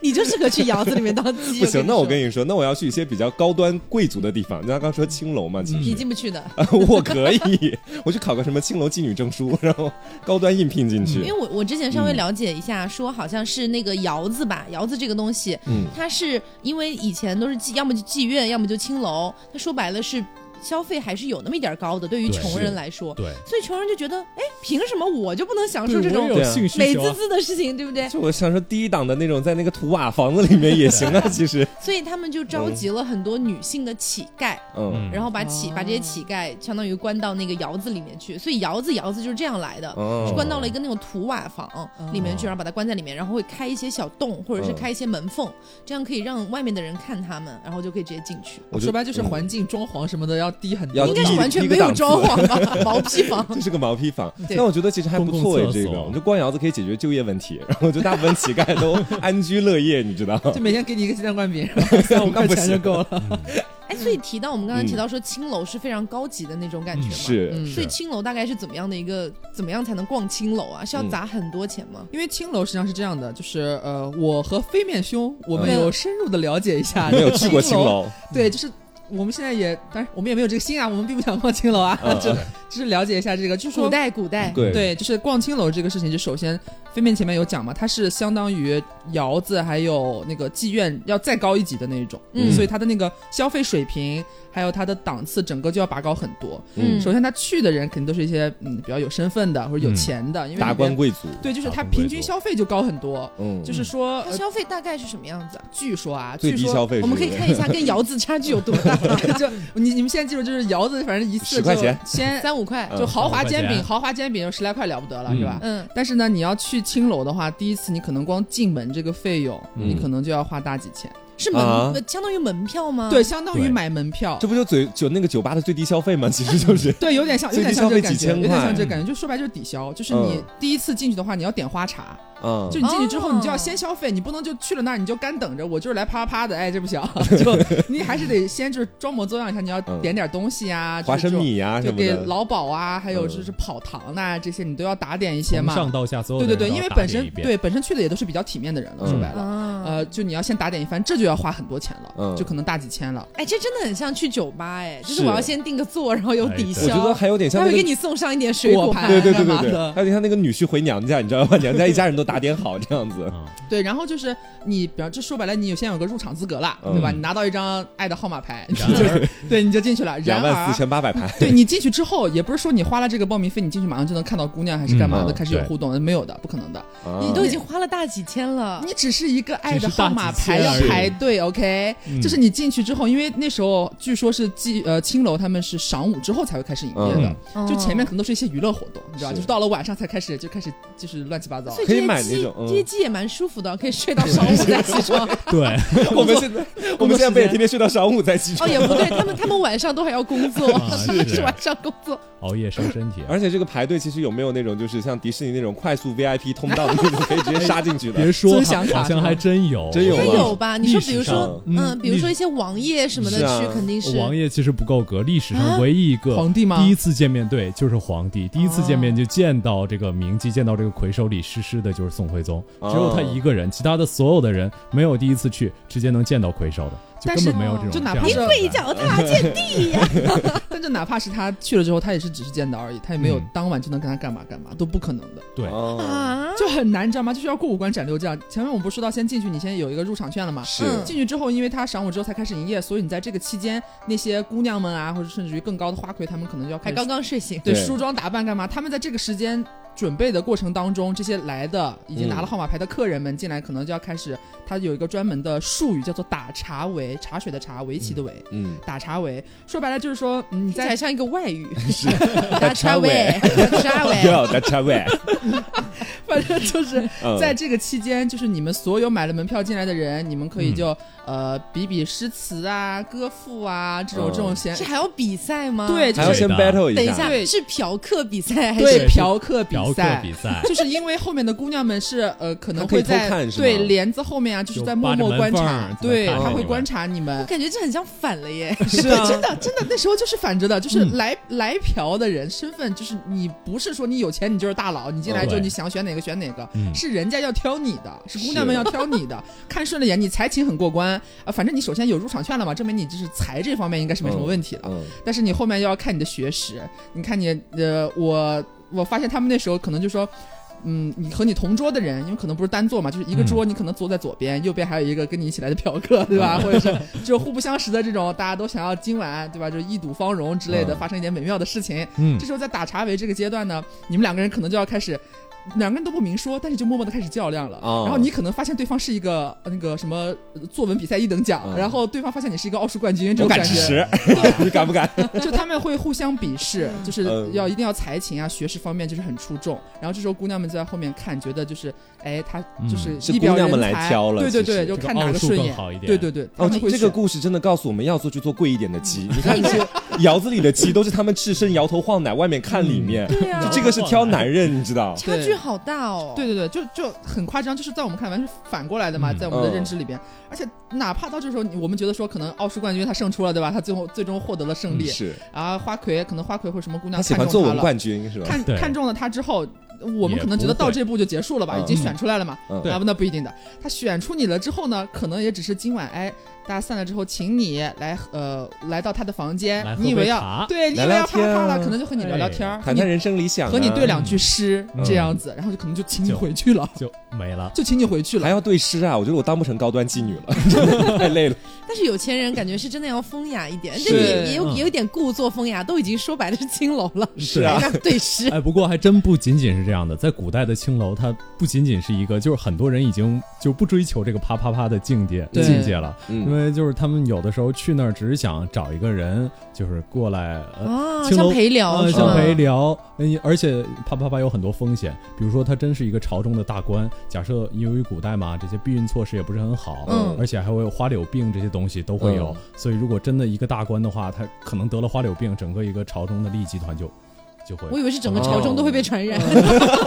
Speaker 1: 你就适合去窑子里面当鸡。
Speaker 2: 不行，那我跟
Speaker 1: 你
Speaker 2: 你说，那我要去一些比较高端贵族的地方。那刚说青楼
Speaker 3: 嗯
Speaker 2: 嘛，其
Speaker 1: 说你
Speaker 2: 实、
Speaker 1: 进不去的，
Speaker 2: 我可以， 我去考个什么青楼妓女证书，然后高端应聘进
Speaker 1: 因为
Speaker 2: 去。
Speaker 1: 我我之前稍
Speaker 4: 嗯
Speaker 1: 微了解一下，说好像是那个窑子吧，窑子这个东西，
Speaker 2: 嗯
Speaker 1: 它是因为以前都是妓，要么就妓院，要么就青楼，它说白了是消费还是有那么一点儿高的，对于
Speaker 4: 对
Speaker 1: 穷
Speaker 2: 是
Speaker 1: 人来说，
Speaker 4: 对，
Speaker 1: 所以穷人就觉得，哎，凭什么我就不能享受这
Speaker 4: 对
Speaker 1: 种
Speaker 4: 我也有性需
Speaker 1: 美
Speaker 4: 求啊
Speaker 1: 滋滋的事情，对不 对？
Speaker 2: 就我想说，低档的那种，在那个土瓦房子里面也行 啊，其实，
Speaker 1: 所以他们就召集了很多女性的乞丐，
Speaker 2: 嗯，
Speaker 4: 嗯
Speaker 1: 然后把乞、
Speaker 3: 哦
Speaker 1: 把这些乞丐相当于关到那个窑子里面去，所以窑子窑子就是这样来的。
Speaker 2: 哦，
Speaker 1: 关到了一个那种土瓦房里面去，
Speaker 4: 哦
Speaker 1: 然后把它关在里面，然后会开一些小洞，或者是
Speaker 2: 嗯
Speaker 1: 开一些门缝，这样可以让外面的人看他们，然后就可以直接进去。
Speaker 2: 我嗯
Speaker 3: 说白了就是
Speaker 2: 环。
Speaker 3: 环境、装潢什么的要低很
Speaker 2: 要
Speaker 3: 多，
Speaker 1: 应该是
Speaker 2: 低
Speaker 1: 完全
Speaker 2: 低
Speaker 1: 没
Speaker 2: 个
Speaker 1: 有
Speaker 2: 档次
Speaker 1: 装潢 吧，毛坯房。
Speaker 2: 这是个毛坯房，
Speaker 1: 对
Speaker 2: 但我觉得其实还不错哎
Speaker 4: 公共，厕
Speaker 2: 这
Speaker 4: 所
Speaker 2: 个，我觉得光窑子可以解决就业问题，然后就大部分乞丐都安居乐业，你知 道？
Speaker 3: 就每天给你一个鸡蛋灌饼， 然后三五块钱就够了。
Speaker 1: 哎，所以提到我们刚才提到说青楼是非常高级的那种感觉嘛，。
Speaker 2: 嗯是，
Speaker 3: 嗯
Speaker 1: 所以青楼大概是怎么样的一个，怎么样才能逛青楼啊？是
Speaker 2: 嗯
Speaker 1: 要砸很多钱吗？
Speaker 3: 因为青楼实际上是这样的，就是呃，我和飞面兄我们
Speaker 1: 嗯
Speaker 3: 有深入的了解一下，
Speaker 2: 没有去过青，楼，
Speaker 3: 对，就是我们现在也，当然我们也没有这个心啊，我们并不想逛青楼啊，
Speaker 2: 嗯
Speaker 3: 就就是了解一下这个，就是
Speaker 1: 古
Speaker 3: 说。
Speaker 1: 代，古代，
Speaker 2: 对，
Speaker 3: 对，就是逛青楼这个事情，就首先飞面前面有讲嘛，它是相当于窑子还有那个妓院要再高一级的那一种，
Speaker 1: 嗯
Speaker 3: 所以它的那个消费水平还有它的档次，整个就要拔高很多。
Speaker 1: 嗯
Speaker 3: 首先，他去的人肯定都是一些嗯比较有身份的或
Speaker 2: 嗯
Speaker 3: 者有钱的，因为
Speaker 2: 达
Speaker 3: 里
Speaker 2: 官
Speaker 3: 面
Speaker 2: 贵族，
Speaker 3: 对，就是
Speaker 4: 达
Speaker 3: 他
Speaker 4: 官贵
Speaker 3: 平均
Speaker 4: 族
Speaker 3: 消费就高很多。
Speaker 2: 嗯，
Speaker 3: 就是说，
Speaker 1: 它
Speaker 3: 呃
Speaker 1: 消费大概是什么样子啊？
Speaker 3: 据说啊，
Speaker 2: 最
Speaker 3: 据
Speaker 2: 低
Speaker 3: 说
Speaker 2: 消费是
Speaker 1: 我
Speaker 2: 不
Speaker 1: 们
Speaker 2: 是，
Speaker 1: 可以看一下跟窑子差距有多 大，
Speaker 3: 就你你们现在记住，就是窑子，反正一次
Speaker 2: 10块
Speaker 3: 就
Speaker 2: 钱
Speaker 3: 先
Speaker 1: 三五块，
Speaker 2: 嗯
Speaker 3: 就豪华
Speaker 4: 15块
Speaker 3: 煎饼，
Speaker 4: 钱
Speaker 3: 豪华煎饼有十来块了不得了，是吧？
Speaker 1: 嗯，
Speaker 3: 但是呢，你要去青楼的话，第一次你可能光进门这个费用，
Speaker 2: 嗯
Speaker 3: 你可能就要花大几千，
Speaker 1: 是门、
Speaker 2: 啊
Speaker 1: 呃相当于门票
Speaker 2: 嗯
Speaker 1: 吗？
Speaker 3: 对，，相当于
Speaker 4: 对
Speaker 3: 买门票
Speaker 2: 这，不就最就那个酒吧的最低消费吗？其实就是，
Speaker 3: 对，有点像，有
Speaker 2: 最低
Speaker 3: 点像这个
Speaker 2: 消费
Speaker 3: 感
Speaker 2: 几
Speaker 3: 觉，有
Speaker 2: 千
Speaker 3: 点
Speaker 2: 块
Speaker 3: 像这个感觉，就说白了就是抵消，就是你
Speaker 2: 嗯
Speaker 3: 第一次进去的话，你要点花茶，
Speaker 2: 嗯，
Speaker 3: 就你进去之后，你就要先消费，你不能就去了那儿你就干等着，我就是来啪啪啪的，哎，这不 行，就你还是得先就是装模作样一下，你要
Speaker 2: 嗯
Speaker 3: 点点东西啊，
Speaker 2: 花
Speaker 3: 就是
Speaker 2: 生
Speaker 3: 这种
Speaker 2: 米呀
Speaker 3: 就
Speaker 2: 什么
Speaker 3: 给
Speaker 2: 的，
Speaker 3: 劳保啊，还有
Speaker 2: 嗯
Speaker 3: 就是跑堂呐、这些，你都要打点一些
Speaker 4: 从
Speaker 3: 嘛。
Speaker 4: 上到下所有
Speaker 3: 对
Speaker 4: 的
Speaker 3: 对对，
Speaker 4: 人都
Speaker 3: 因为
Speaker 4: 要打
Speaker 3: 本
Speaker 4: 点
Speaker 3: 身
Speaker 4: 一遍
Speaker 3: 对本身去的也都是比较体面的人了，
Speaker 2: 嗯
Speaker 3: 说白了，
Speaker 1: 啊，
Speaker 3: 呃，就你要先打点一番，这就要花很多钱了，
Speaker 2: 嗯
Speaker 3: 就可能大几千了。
Speaker 1: 哎，这真的很像去酒吧，哎，就是是我要先订个座，然后有抵
Speaker 4: 对
Speaker 2: 哎我
Speaker 1: 消，
Speaker 2: 觉得还有点像
Speaker 1: 他
Speaker 2: 那
Speaker 1: 会给
Speaker 2: 个。
Speaker 1: 你送上一点水果
Speaker 3: 果
Speaker 1: 盘，
Speaker 3: 盘
Speaker 2: 对对对
Speaker 3: 干
Speaker 2: 对
Speaker 3: 嘛
Speaker 2: 对，
Speaker 3: 的
Speaker 2: 还有点像那个女婿回娘家，你知道吗？娘 家一家人都打点好这样子，
Speaker 4: 啊，
Speaker 3: 对，然后就是你，比方这说白了，你有先有个入场资格了，
Speaker 2: 嗯
Speaker 3: 对吧？你拿到一张爱的号码牌，你
Speaker 4: 然而
Speaker 3: 就对你就进去了。然
Speaker 2: 两万
Speaker 3: 而
Speaker 2: 四，千八百盘，
Speaker 3: 对你进去之后，也不是说你花了这个报名费，你进去马上就能看到姑娘还是干嘛的，
Speaker 2: 嗯
Speaker 3: 开始有
Speaker 4: 对
Speaker 3: 互动，没有的，不可能的。
Speaker 2: 啊
Speaker 1: 你都已经花了大几千了，
Speaker 3: 你只是一个爱的
Speaker 4: 只是大
Speaker 3: 号
Speaker 4: 几
Speaker 3: 码牌
Speaker 4: 千
Speaker 3: 要
Speaker 4: 而已
Speaker 3: 排队，OK？
Speaker 4: 嗯
Speaker 3: 就是你进去之后，因为那时候据说是记呃青楼他们是晌午之后才会开始营业的
Speaker 1: 嗯
Speaker 2: 嗯，
Speaker 3: 就前面可能都是一些娱乐活动，你知道吧，
Speaker 2: 是
Speaker 3: 就是到了晚上才开始就开始就是乱七八糟
Speaker 1: 所。
Speaker 2: 可以
Speaker 1: 这些
Speaker 2: 买
Speaker 1: 鸡
Speaker 2: 那种嗯
Speaker 1: 这些鸡也蛮舒服的，可以睡到晌午再起床。
Speaker 4: 对，
Speaker 2: 我们现在我们现在不也天天睡到晌午再起
Speaker 1: 哦，
Speaker 2: 床？
Speaker 1: 也不对，他们他们晚上都还要工作，
Speaker 4: 啊
Speaker 1: 他们是
Speaker 4: 是
Speaker 1: 晚上工作。
Speaker 4: 熬夜伤身体啊，
Speaker 2: 而且这个排队其实有没有那种就是像迪士尼那种快速 VIP 通道的那种，可以直接杀进去的？
Speaker 4: 别说
Speaker 3: 尊享
Speaker 4: 好
Speaker 3: 卡
Speaker 4: 好
Speaker 3: 是
Speaker 4: 像
Speaker 3: 吗
Speaker 4: 还真有，啊
Speaker 2: 真有啊
Speaker 1: 应该
Speaker 2: 吧
Speaker 1: 有吧？你说
Speaker 4: 历史
Speaker 1: 比如说
Speaker 2: 上，
Speaker 1: 嗯，
Speaker 4: 嗯
Speaker 1: 比如说
Speaker 4: 历
Speaker 1: 一些王爷什么的
Speaker 2: 是啊
Speaker 1: 去，肯定是
Speaker 4: 王爷其实不够格，历史上唯一一个
Speaker 3: 皇帝吗
Speaker 4: 第一次见面对就是皇帝，第一次见面就见到这个明基，见到这个魁首里诗诗的就是宋徽宗，
Speaker 2: 哦
Speaker 4: 只有他一个人，其他的所有的人没有第一次去直接能见到魁首的，就
Speaker 3: 但
Speaker 4: 根
Speaker 3: 是
Speaker 4: 本没有这种。
Speaker 3: 就哪
Speaker 4: 这
Speaker 3: 怕
Speaker 4: 样的
Speaker 3: 是
Speaker 4: 存在
Speaker 1: 一脚踏见地。
Speaker 3: 但就哪怕是他去了之后，他也是只是见到而已，他也没有
Speaker 4: 嗯
Speaker 3: 当晚就能跟他干嘛干嘛，都不可能的，
Speaker 4: 对
Speaker 2: 哦，
Speaker 1: 啊，
Speaker 3: 就很难，你知道吗？就是要过五关斩六将。前面我们不是说到先进去，你先有一个入场券了吗？
Speaker 2: 是
Speaker 1: 嗯
Speaker 3: 进去之后，因为他晌午之后才开始营业，所以你在这个期间，那些姑娘们啊，或者甚至于更高的花魁，他们可能就要开
Speaker 1: 还
Speaker 3: 始
Speaker 1: 刚刚睡醒，
Speaker 3: 对
Speaker 2: 对
Speaker 3: 梳妆打扮干嘛，他们在这个时间准备的过程当中，这些来的已
Speaker 2: 嗯
Speaker 3: 经拿了号码牌的客人们进来，可能就要开始，他有一个专门的术语叫做打茶围，茶水的茶，围棋的围。
Speaker 2: 嗯，
Speaker 3: 打茶围，说白了就是说，嗯你
Speaker 1: 听起来
Speaker 3: 在
Speaker 1: 像一个外语，
Speaker 2: 打叉
Speaker 1: 尾
Speaker 2: 尾，
Speaker 1: 打叉尾，
Speaker 2: 要打叉位，
Speaker 3: 反正就是
Speaker 2: 嗯
Speaker 3: 在这个期间，就是你们所有买了门票进来的人，你们可以就、呃比比诗词啊、歌赋啊这种、这种
Speaker 2: 嗯
Speaker 3: 闲
Speaker 1: 这还要比赛吗？
Speaker 3: 对
Speaker 2: 还要先 battle
Speaker 1: 等一
Speaker 2: 一
Speaker 1: 下
Speaker 2: 下，
Speaker 3: 对
Speaker 1: 是嫖客比赛还
Speaker 3: 对
Speaker 1: 是？
Speaker 4: 是
Speaker 3: 嫖客比
Speaker 4: 嫖客
Speaker 3: 赛。
Speaker 4: 比赛
Speaker 3: 就是因为后面的姑娘们是呃，可能
Speaker 2: 她可
Speaker 3: 会
Speaker 2: 以偷
Speaker 3: 在
Speaker 2: 看是吗
Speaker 3: 对帘子后面啊，就是
Speaker 4: 就
Speaker 3: 在
Speaker 4: 扒
Speaker 3: 默
Speaker 4: 着
Speaker 3: 默
Speaker 4: 门
Speaker 3: 观
Speaker 4: 缝
Speaker 3: 察
Speaker 4: 儿，在
Speaker 3: 对，
Speaker 4: 看
Speaker 3: 她
Speaker 2: 着
Speaker 3: 会
Speaker 4: 你
Speaker 3: 观
Speaker 4: 们
Speaker 3: 察你们
Speaker 1: 我。感觉这很像反了耶！
Speaker 3: 是
Speaker 2: 啊
Speaker 3: 真的真的，那时候就是反着的，就是
Speaker 4: 嗯
Speaker 3: 来、来嫖的人身份，就是你不是说你有钱你就是大佬，你进来之后
Speaker 4: 对
Speaker 3: 你想选哪个选哪个，
Speaker 4: 嗯
Speaker 3: 是人家要挑你的，是姑娘们
Speaker 2: 是
Speaker 3: 要挑你 的，看顺了眼，你才情很过关啊、反正你首先有入场券了嘛，证明你就是财这方面应该是
Speaker 4: 哦
Speaker 3: 没什么问题的。
Speaker 2: 嗯，
Speaker 3: 但是你后面又要看你的学识，你看你呃，我我发现他们那时候可能就说。嗯，你和你同桌的人，因为可能不是单坐嘛，就是一
Speaker 2: 嗯
Speaker 3: 个桌，你可能坐在左边，右边还有一个跟你一起来的嫖客，
Speaker 2: 嗯
Speaker 3: 对吧？或者是就互不相识的这种，大家都想要今晚，对吧？就一睹芳容之类的，
Speaker 2: 嗯
Speaker 3: 发生一点美妙的事情。
Speaker 4: 嗯
Speaker 3: 这，时候在打茶围这个阶段呢，你们两个人可能就要开始，两个人都不明说，但是就默默的开始较量了。
Speaker 2: 哦
Speaker 3: 然后你可能发现对方是一个呃那个什么呃作文比赛一等奖，
Speaker 2: 嗯
Speaker 3: 然后对方发现你是一个奥数冠军，这
Speaker 2: 我
Speaker 3: 种
Speaker 2: 敢
Speaker 3: 感
Speaker 2: 吃
Speaker 3: 觉。啊
Speaker 2: 屎， 你敢不敢？
Speaker 3: 就他们会互相鄙视，就是
Speaker 2: 嗯
Speaker 3: 要一定要才情啊、学识方面就是很出众。然后这时候姑娘们就在后面看，觉得就是哎，他就是
Speaker 2: 嗯是
Speaker 3: 一表
Speaker 2: 姑娘们
Speaker 3: 人才
Speaker 2: 来挑了
Speaker 3: 对对
Speaker 2: 其
Speaker 3: 对，
Speaker 2: 实
Speaker 3: 就
Speaker 4: 这
Speaker 3: 看
Speaker 4: 奥
Speaker 3: 哪个
Speaker 4: 数
Speaker 3: 顺
Speaker 4: 更
Speaker 3: 眼。
Speaker 4: 好一点
Speaker 3: 对对对，他
Speaker 2: 哦，
Speaker 3: 们
Speaker 2: 这
Speaker 3: 会
Speaker 2: 这个
Speaker 3: 选
Speaker 2: 故事真的告诉我们要做就做贵一点的 鸡。你看那些窑子里的鸡，都是他们赤身摇头晃脑，外面看里面，
Speaker 1: 对啊，
Speaker 2: 这个是挑男人，你知道？
Speaker 1: 差距好大哦。
Speaker 3: 对对对，就就很夸张，就是在我们看来是反过来的嘛，
Speaker 4: 嗯
Speaker 3: 在我们的
Speaker 2: 嗯
Speaker 3: 认知里边。而且哪怕到这时候，你我们觉得说可能奥数冠军他胜出了，对吧？他最后最终获得了胜利，
Speaker 2: 嗯是
Speaker 3: 啊，花魁可能花魁或者什么姑娘
Speaker 2: 他喜
Speaker 3: 看
Speaker 2: 欢
Speaker 3: 中
Speaker 2: 作
Speaker 3: 他
Speaker 2: 文
Speaker 3: 了，
Speaker 2: 冠军是吧？
Speaker 3: 看
Speaker 4: 对
Speaker 3: 看中了他之后。我们
Speaker 4: 也
Speaker 3: 可能觉
Speaker 4: 不
Speaker 3: 得到
Speaker 4: 会
Speaker 3: 这步就结束了吧，已
Speaker 2: 嗯
Speaker 3: 经选出来了嘛，
Speaker 2: 嗯
Speaker 4: 对
Speaker 3: 啊，那不一定的。他选出你了之后呢，可能也只是今晚，哎，大家散了之后，请你来，呃，来到他的房间
Speaker 4: 来，喝
Speaker 3: 你以为
Speaker 4: 杯
Speaker 3: 要
Speaker 4: 茶
Speaker 3: 对，你以
Speaker 2: 聊
Speaker 3: 为
Speaker 2: 聊
Speaker 3: 要啪啪啪
Speaker 2: 天
Speaker 3: 了，
Speaker 2: 啊
Speaker 3: 可能就和你聊聊
Speaker 4: 哎
Speaker 3: 天儿，和
Speaker 2: 谈
Speaker 3: 你
Speaker 2: 谈人生理想啊，
Speaker 3: 和你对两句诗
Speaker 2: 嗯
Speaker 3: 这样子，然后就可能就请你
Speaker 4: 就
Speaker 3: 回去了，
Speaker 4: 就没了。
Speaker 3: 就请你回去
Speaker 2: 还
Speaker 3: 了。
Speaker 2: 要对诗啊，我觉得我当不成高端妓 女了，真的太累了。
Speaker 1: 但是有钱人感觉是真的要风雅一点，
Speaker 2: 是
Speaker 1: 这也也有
Speaker 4: 嗯
Speaker 1: 也有点故作风雅，都已经说白了是青楼了，
Speaker 2: 是啊
Speaker 1: 还敢对 诗。
Speaker 4: 哎，不过还真不仅仅是这样的，在古代的青楼，它不仅仅是一个，就是很多人已经就不追求这个啪啪啪的境界
Speaker 3: 对
Speaker 4: 境界了，因
Speaker 2: 嗯，
Speaker 4: 为就是他们有的时候去那儿只是想找一个人，就是过来呃。
Speaker 1: 啊，
Speaker 4: 青
Speaker 1: 像
Speaker 4: 楼
Speaker 1: 陪聊
Speaker 4: 呃，
Speaker 1: 是吗
Speaker 4: 像陪聊，嗯，而且啪啪啪有很多风险，比如说他真是一个朝中的大官，假设由于古代嘛，这些避孕措施也不是很好，
Speaker 1: 嗯
Speaker 4: 而且还会有花柳病这些东西都会有，
Speaker 2: 嗯
Speaker 4: 所以如果真的一个大官的话，他可能得了花柳病，整个一个朝中的利益集团就就会
Speaker 1: 我以为是整个朝中都会被传染，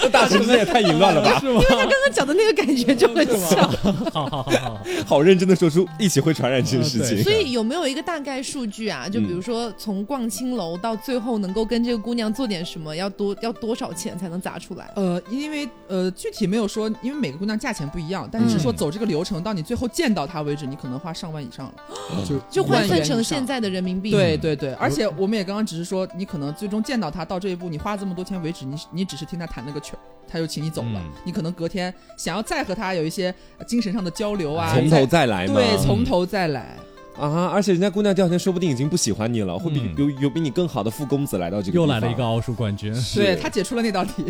Speaker 2: 这大城市也太淫乱了吧！
Speaker 4: 是吗？
Speaker 1: 他刚刚讲的那个感觉就很像。
Speaker 4: 好好好好好，
Speaker 2: 好认真的说出一起会传染这个事
Speaker 4: 嗯对
Speaker 2: 情。
Speaker 1: 所以有没有一个大概数据啊？就比如说从逛青楼到最后能够跟这个姑娘做点什么，要多要多少钱才能砸出来？
Speaker 3: 呃，因为呃具体没有说，因为每个姑娘价钱不一样，但是
Speaker 1: 嗯
Speaker 3: 说走这个流程到你最后见到她为止，你可能花上万以上了，
Speaker 2: 哦
Speaker 3: 就
Speaker 1: 就
Speaker 3: 万
Speaker 1: 换算
Speaker 3: 元以
Speaker 1: 成
Speaker 3: 上
Speaker 1: 现。在的人民币，
Speaker 3: 对对对，而且我们也刚刚只是说，你可能最终见到她到这一步，你花这么多钱为止，你你只是听她弹了个曲儿，她就请你走了。
Speaker 4: 嗯
Speaker 3: 你可能隔天想要再和她有一些呃精神上的交流啊，
Speaker 2: 从
Speaker 3: 再
Speaker 2: 头再来嘛，
Speaker 3: 对，从头再来。
Speaker 2: 啊！而且人家姑娘第二天说不定已经不喜欢你了，会比
Speaker 4: 嗯
Speaker 2: 有有比你更好的富公子来到这个。
Speaker 4: 又来了一个，奥数冠军，
Speaker 3: 对她解出了那道题，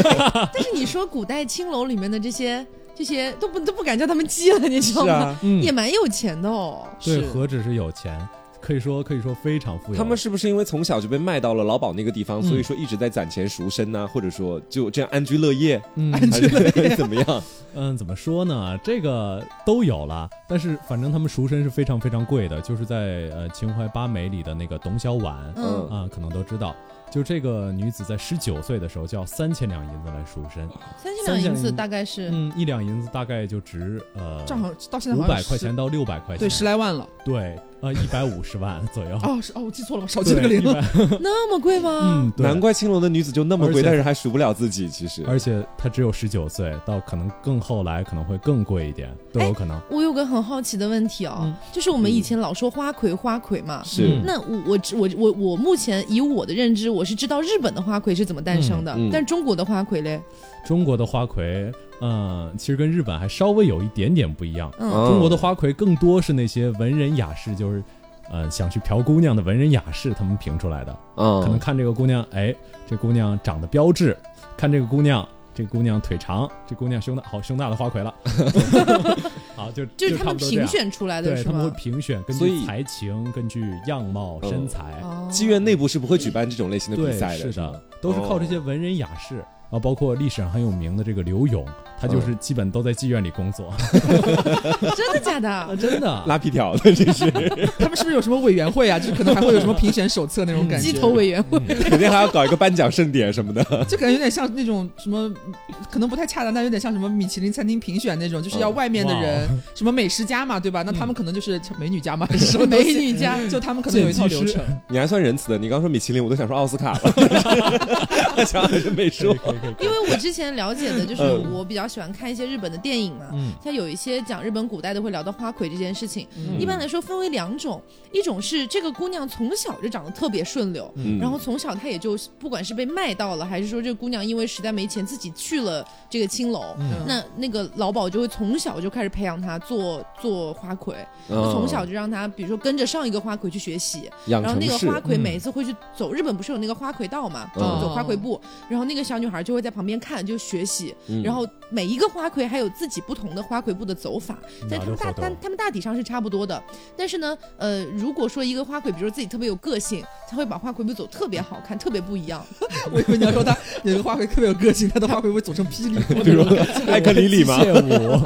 Speaker 1: 但是你说古代青楼里面的这些这些都不都不敢叫他们鸡了，你知道
Speaker 2: 是
Speaker 1: 吗？
Speaker 2: 啊，
Speaker 4: 嗯
Speaker 1: 也，蛮有钱的哦。
Speaker 4: 对，
Speaker 3: 是
Speaker 4: 何止是有钱，可以说可以说非常富有。
Speaker 2: 他们是不是因为从小就被卖到了老鸨那个地方，
Speaker 4: 嗯
Speaker 2: 所以说一直在攒钱赎身呐，或者说就这样安居乐业，
Speaker 4: 嗯
Speaker 2: 还是怎么样？
Speaker 4: 嗯，怎么说呢？这个都有了，但是反正他们赎身是非常非常贵的，就是在呃《秦淮八美》里的那个董小宛啊、
Speaker 1: 嗯
Speaker 2: 嗯，
Speaker 4: 可能都知道。就这个女子在十九岁的时候，就要三千两银子来赎身。
Speaker 1: 三千两银子大概是，
Speaker 4: 嗯，一两银子大概就值呃
Speaker 3: 正好到现在
Speaker 4: 五
Speaker 3: 好像
Speaker 4: 百
Speaker 3: 十
Speaker 4: 块钱到六百块钱，
Speaker 3: 对，十来万了。
Speaker 4: 对呃一百五十万左右。
Speaker 3: 哦，是哦，我记错了，我少记
Speaker 4: 对
Speaker 3: 了个零了。
Speaker 4: 100
Speaker 1: 那么贵吗？
Speaker 4: 嗯，对
Speaker 2: 难怪青楼的女子就那么
Speaker 4: 而
Speaker 2: 贵，
Speaker 4: 且
Speaker 2: 但是还赎不了自己。其实，
Speaker 4: 而且她只有十九岁，到可能更后来可能会更贵一点，都有可能。
Speaker 1: 我有个很好奇的问题哦，
Speaker 4: 嗯
Speaker 1: 就是我们以前老说花魁花魁嘛，
Speaker 2: 是
Speaker 4: 嗯
Speaker 1: 那我我知我我我目前以我的认知，我是知道日本的花魁是怎么诞生的，
Speaker 2: 嗯嗯
Speaker 1: 但中国的花魁嘞，
Speaker 4: 中国的花魁，嗯，其实跟日本还稍微有一点点不一样。
Speaker 1: 嗯
Speaker 2: 哦
Speaker 4: 中国的花魁更多是那些文人雅士，就是呃想去嫖姑娘的文人雅士他们评出来的。可能
Speaker 2: 嗯，
Speaker 4: 看这个姑娘，哎，这姑娘长得标致，看这个姑娘，这姑娘腿长，这姑娘胸大，好胸大的花 魁了，好就
Speaker 1: 就是他
Speaker 4: 差
Speaker 1: 们
Speaker 4: 不多这
Speaker 1: 评
Speaker 4: 样。
Speaker 1: 选出来的
Speaker 4: 对
Speaker 1: 是
Speaker 4: 他们会
Speaker 1: 吗？
Speaker 4: 评选，根
Speaker 2: 所
Speaker 4: 据
Speaker 2: 以
Speaker 4: 才情，根据样貌、
Speaker 2: 嗯
Speaker 4: 身材，
Speaker 1: 哦
Speaker 2: 妓院内部是不会举办这种类型的
Speaker 4: 对
Speaker 2: 比，赛
Speaker 4: 是
Speaker 2: 是吗
Speaker 4: 的，都是靠这些文人雅士，啊，包括历史上很有名的这个刘永，他就是基本都在妓院里工作，啊
Speaker 1: 真的假的？
Speaker 4: 真的。
Speaker 2: 拉皮条的，这是
Speaker 3: 他们是不是有什么委员会啊？就是可能还会有什么评选手册那种感觉，
Speaker 1: 鸡头委员会，
Speaker 2: 肯定还要搞一个颁奖盛典什么的。
Speaker 3: 就感觉有点像那种什么，可能不太恰当，但有点像什么米其林餐厅评选那种，就是要外面的人，什么美食家嘛，对吧？那他们可能就是美女家嘛，还是什么东
Speaker 1: 美
Speaker 3: 西，
Speaker 1: 女家。
Speaker 3: 就他们可能有一套流
Speaker 4: 剪
Speaker 3: 程。
Speaker 2: 你还算仁慈的，你刚说米其林，我都想说奥斯卡了， 他想还是没说。
Speaker 4: 可以可以可以
Speaker 1: 因为我之前了解的就是，
Speaker 2: 嗯
Speaker 1: 我比较喜欢看一些日本的电影嘛，
Speaker 4: 嗯
Speaker 1: 像有一些讲日本古代的会聊到花魁这件事情。
Speaker 3: 嗯
Speaker 1: 一般来说分为两种，一种是这个姑娘从小就长得特别顺溜，
Speaker 2: 嗯
Speaker 1: 然后从小她也就不管是被卖到了，还是说这个姑娘因为实在没钱自己去了这个青楼，
Speaker 4: 嗯
Speaker 1: 那那个老鸨就会从小就开始培养她做做花魁，就
Speaker 2: 嗯
Speaker 1: 从小就让她比如说跟着上一个花魁去学习，
Speaker 2: 养
Speaker 1: 然后
Speaker 2: 成
Speaker 1: 那个
Speaker 2: 式，
Speaker 1: 花魁
Speaker 4: 嗯
Speaker 1: 每次会去走日本不是有那个花魁道嘛，
Speaker 2: 嗯
Speaker 1: 走花魁步，然后那个小女孩就会在旁边看就学习，
Speaker 2: 嗯
Speaker 1: 然后每一个花魁还有自己不同的花魁步的走法，但他们大
Speaker 4: 嗯哪个活动
Speaker 1: 但他们大体上是差不多的。但是呢，呃，如果说一个花魁，比如说自己特别有个性，他会把花魁步走特别好看，特别不一样。
Speaker 3: 我以为你要说他 有一个花魁特别有个性，他的花魁会走成霹雳
Speaker 2: 比
Speaker 3: 舞那
Speaker 2: 如
Speaker 3: 种，
Speaker 2: 艾克里里嘛，
Speaker 4: 谢舞，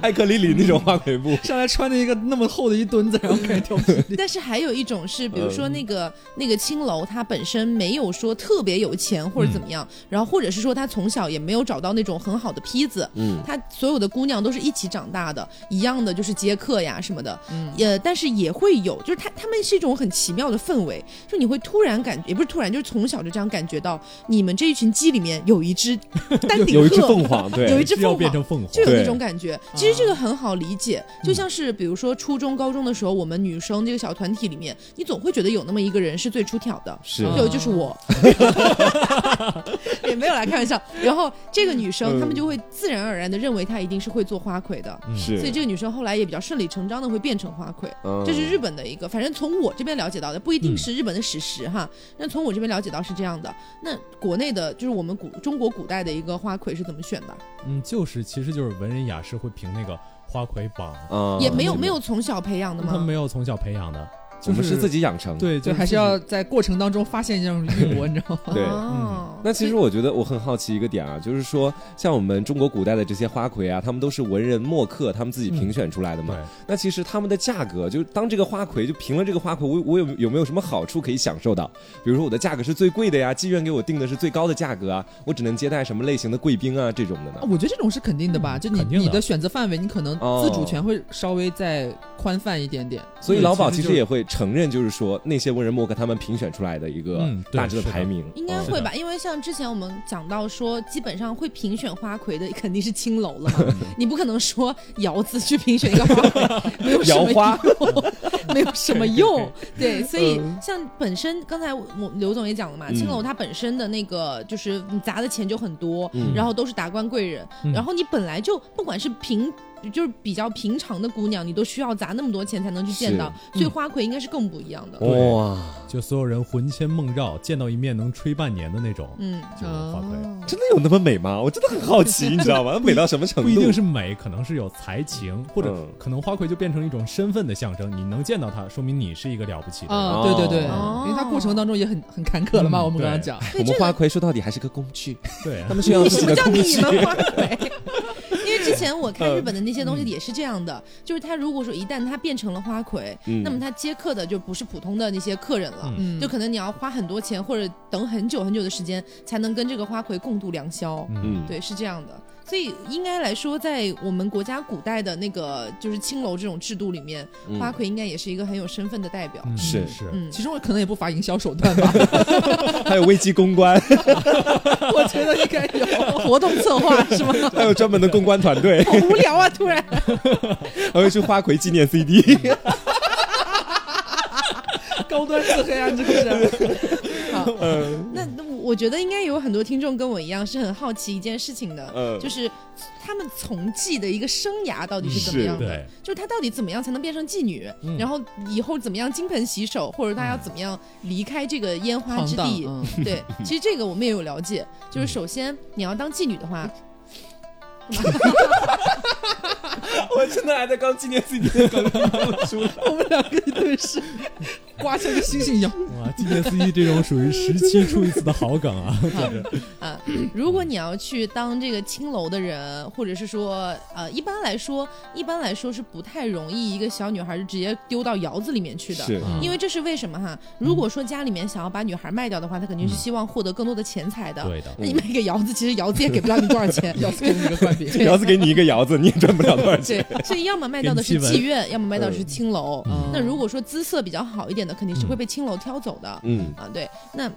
Speaker 2: 艾克里里那种花魁步，
Speaker 3: 上来穿着一个那么厚的一墩子，然后开始跳霹雳。
Speaker 1: 但是还有一种是，比如说那个、那个青楼，它本身没有说特别有钱或者怎么样，然后或者是说他从小也没有找到那种很好的坯子，
Speaker 2: 嗯，
Speaker 1: 他所有的姑娘都是一起长大的，一样的就是接客呀什么的，
Speaker 3: 嗯
Speaker 1: 也但是也会有，就是他他们是一种很奇妙的氛围，就你会突然感也不是突然，就是从小就这样感觉到，你们这一群鸡里面有一只丹顶鹤，
Speaker 2: 有一只凤凰，对，
Speaker 1: 有一只
Speaker 4: 是要
Speaker 1: 凤
Speaker 4: 变
Speaker 1: 凰
Speaker 4: 成。凤凰，
Speaker 1: 就有那
Speaker 2: 对嗯
Speaker 1: 种感觉，其实这个很好理解，就像是比如说初中、高中的时候，我们女生这个小团体里面，你总会觉得有那么一个人是最出挑的，
Speaker 2: 是
Speaker 1: 有就是我， 也没有来开玩笑。然后这个女生，
Speaker 2: 嗯
Speaker 1: 她们就会自然而然的认为她一定是会做花魁的，
Speaker 4: 嗯
Speaker 2: 是，
Speaker 1: 所以这个女生后来也比较顺理成章的会变成花魁。
Speaker 2: 嗯
Speaker 1: 这是日本的一个，反正从我这边了解到的，不一定是日本的史实哈。那从我这边了解到是这样的。那国内的，就是我们古中国古代的一个花魁是怎么选的？
Speaker 4: 嗯，就是其实就是文人雅士会评那个花魁榜，
Speaker 2: 嗯
Speaker 1: 也没有没有从小培养的
Speaker 4: 他们
Speaker 1: 吗
Speaker 4: 没？有从小培养的，
Speaker 2: 我
Speaker 4: 就
Speaker 2: 们是自己养成。，
Speaker 4: 对，
Speaker 3: 就还是
Speaker 4: 自己
Speaker 3: 要在过程当中发现这种韵魔，你知道 吗？
Speaker 2: 对嗯
Speaker 1: 哦
Speaker 2: 那其实我觉得我很好奇一个点啊，就是说像我们中国古代的这些花魁啊，他们都是文人墨客他们自己
Speaker 1: 嗯
Speaker 2: 评选出来的嘛。
Speaker 4: 对，
Speaker 2: 那其实他们的价格，就当这个花魁就评了这个花魁，我我有有没有什么好处可以享受到？比如说我的价格是最贵的呀，妓院给我定的是最高的价格啊，我只能接待什么类型的贵宾啊这种的呢
Speaker 1: 哦
Speaker 3: 啊？我觉得这种是肯定的吧，就你
Speaker 4: 肯定的
Speaker 3: 你的选择范围，你可能
Speaker 2: 哦
Speaker 3: 自主权会稍微再宽泛一点点。
Speaker 2: 所以老鸨其
Speaker 4: 其实
Speaker 2: 实
Speaker 4: 就
Speaker 2: 也会承认，就是说那些文人墨客他们评选出来的一个
Speaker 4: 嗯对
Speaker 2: 大致的
Speaker 4: 是的
Speaker 2: 排名，
Speaker 1: 应该
Speaker 2: 嗯
Speaker 1: 会吧，因为像之前我们讲到说，基本上会评选花魁的肯定是青楼了
Speaker 2: 嗯
Speaker 1: 嘛，你不可能说窑子去评选一个花魁，没有什么
Speaker 2: 摇花
Speaker 1: 用，没 有什么 用。对，所以
Speaker 2: 嗯
Speaker 1: 像本身刚才我我刘总也讲了嘛，
Speaker 2: 嗯
Speaker 1: 青楼它本身的那个就是你砸的钱就很多，
Speaker 2: 嗯
Speaker 1: 然后都是达官贵人，
Speaker 4: 嗯
Speaker 1: 然后你本来就不管是平。就是比较平常的姑娘，你都需要砸那么多钱才能去见到，
Speaker 4: 是嗯
Speaker 1: 所以花魁应该是更不一样的。
Speaker 4: 对
Speaker 2: 哇，
Speaker 4: 就所有人魂牵梦绕，见到一面能吹半年的那种，
Speaker 1: 嗯，
Speaker 4: 就是花魁。
Speaker 3: 哦
Speaker 2: 真的有那么美吗？我真的很好 奇，你知道吗？美到什么程
Speaker 4: 不
Speaker 2: 度？
Speaker 4: 一定是美，可能是有才情，或者
Speaker 2: 嗯
Speaker 4: 可能花魁就变成一种身份的象征。你能见到他，说明你是一个了不起的人。
Speaker 3: 啊，
Speaker 2: 哦
Speaker 3: 对对对，
Speaker 1: 哦
Speaker 3: 因为它过程当中也很很坎坷了嘛。
Speaker 4: 嗯
Speaker 3: 我们刚刚讲，
Speaker 1: 对
Speaker 2: 我
Speaker 1: 这
Speaker 2: 们
Speaker 1: 个
Speaker 2: 花魁说到底还是个工具，
Speaker 4: 对啊
Speaker 2: 他，们需要自
Speaker 1: 什么
Speaker 2: 己的
Speaker 1: 叫
Speaker 2: 工
Speaker 1: 你
Speaker 2: 具。
Speaker 1: 们花魁？ 因为之前我看日本的那些
Speaker 4: 嗯
Speaker 1: 东西也是这样的，就是他如果说一旦他变成了花魁，
Speaker 2: 嗯
Speaker 1: 那么他接客的就不是普通的那些客人了，
Speaker 4: 嗯
Speaker 3: 嗯，
Speaker 1: 就可能你要花很多钱或者等很久很久的时间才能跟这个花魁共度良宵。
Speaker 2: 嗯，
Speaker 1: 对，是这样的。所以应该来说，在我们国家古代的那个就是青楼这种制度里面，
Speaker 2: 嗯
Speaker 1: 花魁应该也是一个很有身份的代表。
Speaker 4: 嗯
Speaker 2: 是
Speaker 4: 是，
Speaker 1: 嗯，
Speaker 3: 其中可能也不乏营销手段吧，
Speaker 2: 还有危机公关，
Speaker 3: 我觉得应该
Speaker 2: 嗯
Speaker 3: 有。
Speaker 1: 活动策划 是吗？
Speaker 2: 还有专门的公关团队，
Speaker 1: 好无聊啊！突然，
Speaker 2: 还会去花魁纪念 CD。
Speaker 3: 高端自黑啊，这个是。
Speaker 1: 那那我我觉得应该有很多听众跟我一样是很好奇一件事情的，
Speaker 2: 嗯
Speaker 1: 就是他们从妓的一个生涯到底是怎么
Speaker 2: 是
Speaker 1: 样的
Speaker 4: 对？
Speaker 1: 就是她到底怎么样才能变成妓女？
Speaker 4: 嗯
Speaker 1: 然后以后怎么样金盆洗手，或者
Speaker 2: 嗯
Speaker 1: 她要怎么样离开这个烟花之
Speaker 3: 行当
Speaker 1: 地？
Speaker 3: 嗯
Speaker 1: 对，其实这个我们也有了解，
Speaker 2: 嗯
Speaker 1: 就是首先你要当妓女的话，
Speaker 2: 我真的还在刚纪念自己的梗出来。
Speaker 3: 我们两个一对是刮像个星星一样，。
Speaker 4: 哇，纪念司机这种属于十七出一次的好梗 啊，对，
Speaker 1: 啊，如果你要去当这个青楼的人，或者是说，呃，一般来说，一般来说是不太容易一个小女孩是直接丢到窑子里面去的。
Speaker 2: 是
Speaker 4: 啊
Speaker 1: 因为这是为什么哈？如果说家里面想要把女孩卖掉的话，她肯定是希望获得更多的钱财的。
Speaker 4: 对的，
Speaker 1: 那你卖给窑子，其实窑子也给不了你多少钱
Speaker 3: 要给你一个灌饼。
Speaker 2: 这窑子给你一个窑子，你也赚不了多少钱。
Speaker 1: 对，所以要么卖到的是
Speaker 4: 给你气
Speaker 1: 妓院，要么卖到的是青楼。
Speaker 3: 嗯
Speaker 1: 那如果说姿色比较好一点的，肯定是会被青楼挑走的。
Speaker 2: 嗯，
Speaker 1: 啊，对，那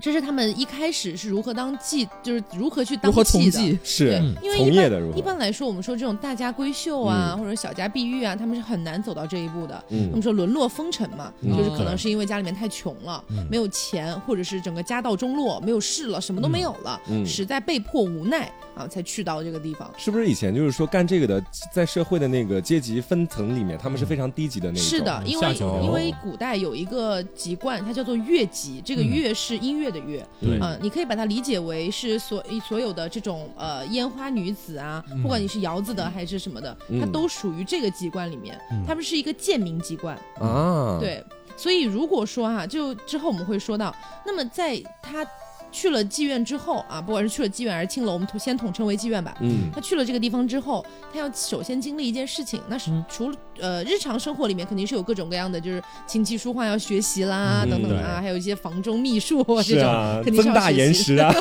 Speaker 1: 这是他们一开始是如何当妓，就是如何去当
Speaker 3: 如何
Speaker 1: 妓
Speaker 3: 统
Speaker 1: 的。
Speaker 3: 计？
Speaker 2: 是
Speaker 4: 嗯
Speaker 1: 因为
Speaker 2: 从
Speaker 1: 一
Speaker 2: 业
Speaker 1: 般
Speaker 2: 的如何？
Speaker 1: 一般来说，我们说这种大家闺秀啊，
Speaker 2: 嗯
Speaker 1: 或者小家碧玉啊，他们是很难走到这一步的。我
Speaker 2: 嗯
Speaker 1: 们说沦落风尘嘛，
Speaker 2: 嗯
Speaker 1: 就是可能是因为家里面太穷了，
Speaker 4: 嗯
Speaker 1: 没有钱，或者是整个家道中落，没有势了，什么都没有了，
Speaker 2: 嗯，
Speaker 1: 实在被迫无奈啊，才去到这个地方。
Speaker 2: 是不是以前就是说干这个的，在社会的那个阶级分层里面，他们是非常低级的那一种。
Speaker 1: 嗯
Speaker 2: 嗯
Speaker 1: 是的，因
Speaker 4: 下
Speaker 1: 为
Speaker 4: 九流
Speaker 1: 因为古代有一个籍贯，它叫做乐籍，这个
Speaker 4: 嗯
Speaker 1: 乐是音乐的乐，
Speaker 4: 对
Speaker 1: 嗯、你可以把它理解为是所所有的这种呃烟花女子啊，
Speaker 4: 嗯
Speaker 1: 不管你是窑子的还是什么的，
Speaker 2: 嗯
Speaker 1: 它都属于这个籍贯里面，
Speaker 4: 嗯
Speaker 1: 他们是一个贱民籍贯，
Speaker 2: 啊，，
Speaker 1: 对。所以如果说哈、就之后我们会说到，那么在他去了妓院之后啊，不管是去了妓院还是青楼，我们统先统称为妓院吧。
Speaker 2: 嗯
Speaker 1: 他去了这个地方之后，他要首先经历一件事情，那是
Speaker 4: 嗯
Speaker 1: 除了、呃日常生活里面肯定是有各种各样的，就是琴棋书画要学习啦，
Speaker 2: 嗯
Speaker 1: 等等啊，
Speaker 4: 对
Speaker 1: 还有一些房中秘术啊
Speaker 2: 是
Speaker 1: 这种。
Speaker 2: 啊，
Speaker 1: 肯定是
Speaker 2: 增
Speaker 1: 要学
Speaker 2: 大
Speaker 1: 习
Speaker 2: 岩 石啊，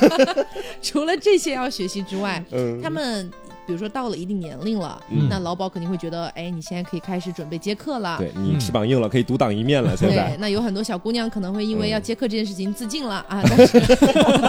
Speaker 1: 除了这些要学习之外，
Speaker 2: 嗯，
Speaker 1: 他们比如说到了一定年龄了，
Speaker 2: 嗯
Speaker 1: 那老鸨肯定会觉得，哎，你现在可以开始准备接客了。
Speaker 2: 对你翅膀硬了，可以独当一面了。现在，
Speaker 1: 那有很多小姑娘可能会因为
Speaker 2: 嗯
Speaker 1: 要接客这件事情自尽了、啊，但是，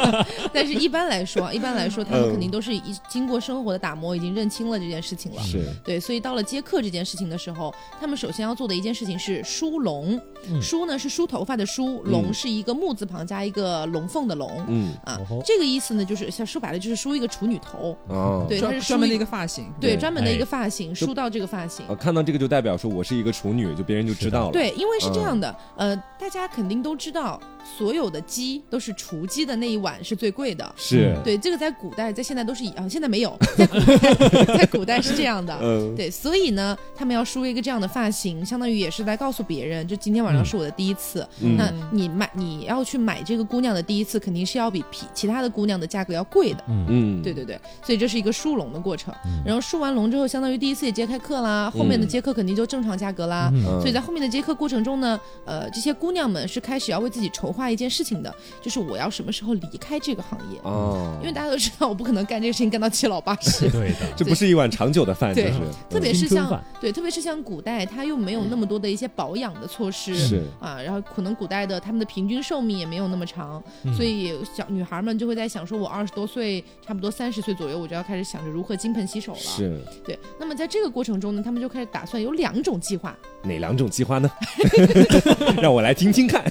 Speaker 1: 但是一般来说，一般来说，他们
Speaker 2: 嗯
Speaker 1: 肯定都是已经过生活的打磨，已经认清了这件事情了。
Speaker 2: 是
Speaker 1: 对，所以到了接客这件事情的时候，他们首先要做的一件事情是梳笼。
Speaker 4: 嗯
Speaker 1: 梳呢是梳头发的梳，笼是一个木字旁加一个龙凤的龙、
Speaker 2: 嗯
Speaker 1: 啊
Speaker 4: 哦吼。
Speaker 1: 这个意思呢，就是像说白了就是梳一个处女头，
Speaker 2: 哦，
Speaker 1: 对，它
Speaker 3: 专
Speaker 1: 是梳
Speaker 3: 专门
Speaker 1: 一
Speaker 3: 的一个发型。
Speaker 1: 对
Speaker 2: 对
Speaker 1: 专门的一个
Speaker 4: 哎
Speaker 1: 发型，梳到这个发型
Speaker 2: 呃。看到这个就代表说我是一个处女，就别人就知道了。，
Speaker 1: 对，因为是这样
Speaker 2: 嗯
Speaker 1: 的，呃，大家肯定都知道，所有的鸡都是雏鸡的那一碗是最贵的。
Speaker 2: 是，
Speaker 1: 对，这个在古代，在现在都是一啊，现在没有，在古代 在古代是这样的。
Speaker 2: 嗯，
Speaker 1: 对，所以呢，他们要梳一个这样的发型，相当于也是在告诉别人，就今天晚上是我的第一次。
Speaker 2: 嗯
Speaker 1: 那你买，你要去买这个姑娘的第一次，肯定是要比其其他的姑娘的价格要贵的。
Speaker 4: 嗯
Speaker 2: 嗯，
Speaker 1: 对，对对，所以这是一个梳笼的过程。
Speaker 4: 嗯
Speaker 1: 然后梳完笼之后，相当于第一次也接开课啦，后面的
Speaker 2: 嗯
Speaker 1: 接课肯定就正常价格啦。
Speaker 4: 嗯
Speaker 2: 嗯
Speaker 1: 所以在后面的接客过程中呢，呃，这些姑娘们是开始要为自己筹划一件事情的，就是我要什么时候离开这个行业，
Speaker 2: 哦，
Speaker 1: 因为大家都知道我不可能干这个事情干到七老八 十，
Speaker 4: 对的，
Speaker 2: 这不是一碗长久的饭，就
Speaker 1: 对
Speaker 2: 是，
Speaker 1: 特别
Speaker 2: 嗯
Speaker 1: 是
Speaker 4: 青春
Speaker 1: 像
Speaker 4: 饭
Speaker 1: 对，特别是像古代，它又没有那么多的一些保养的措施。
Speaker 2: 嗯是
Speaker 1: 啊，然后可能古代的他们的平均寿命也没有那么长，
Speaker 4: 嗯
Speaker 1: 所以小女孩们就会在想说，我二十多岁，差不多三十岁左右，我就要开始想着如何金盆洗手了。
Speaker 2: 是
Speaker 1: 对。那么在这个过程中呢，他们就开始打算有两种计划，
Speaker 2: 哪两种计 划呢？让我来听听看。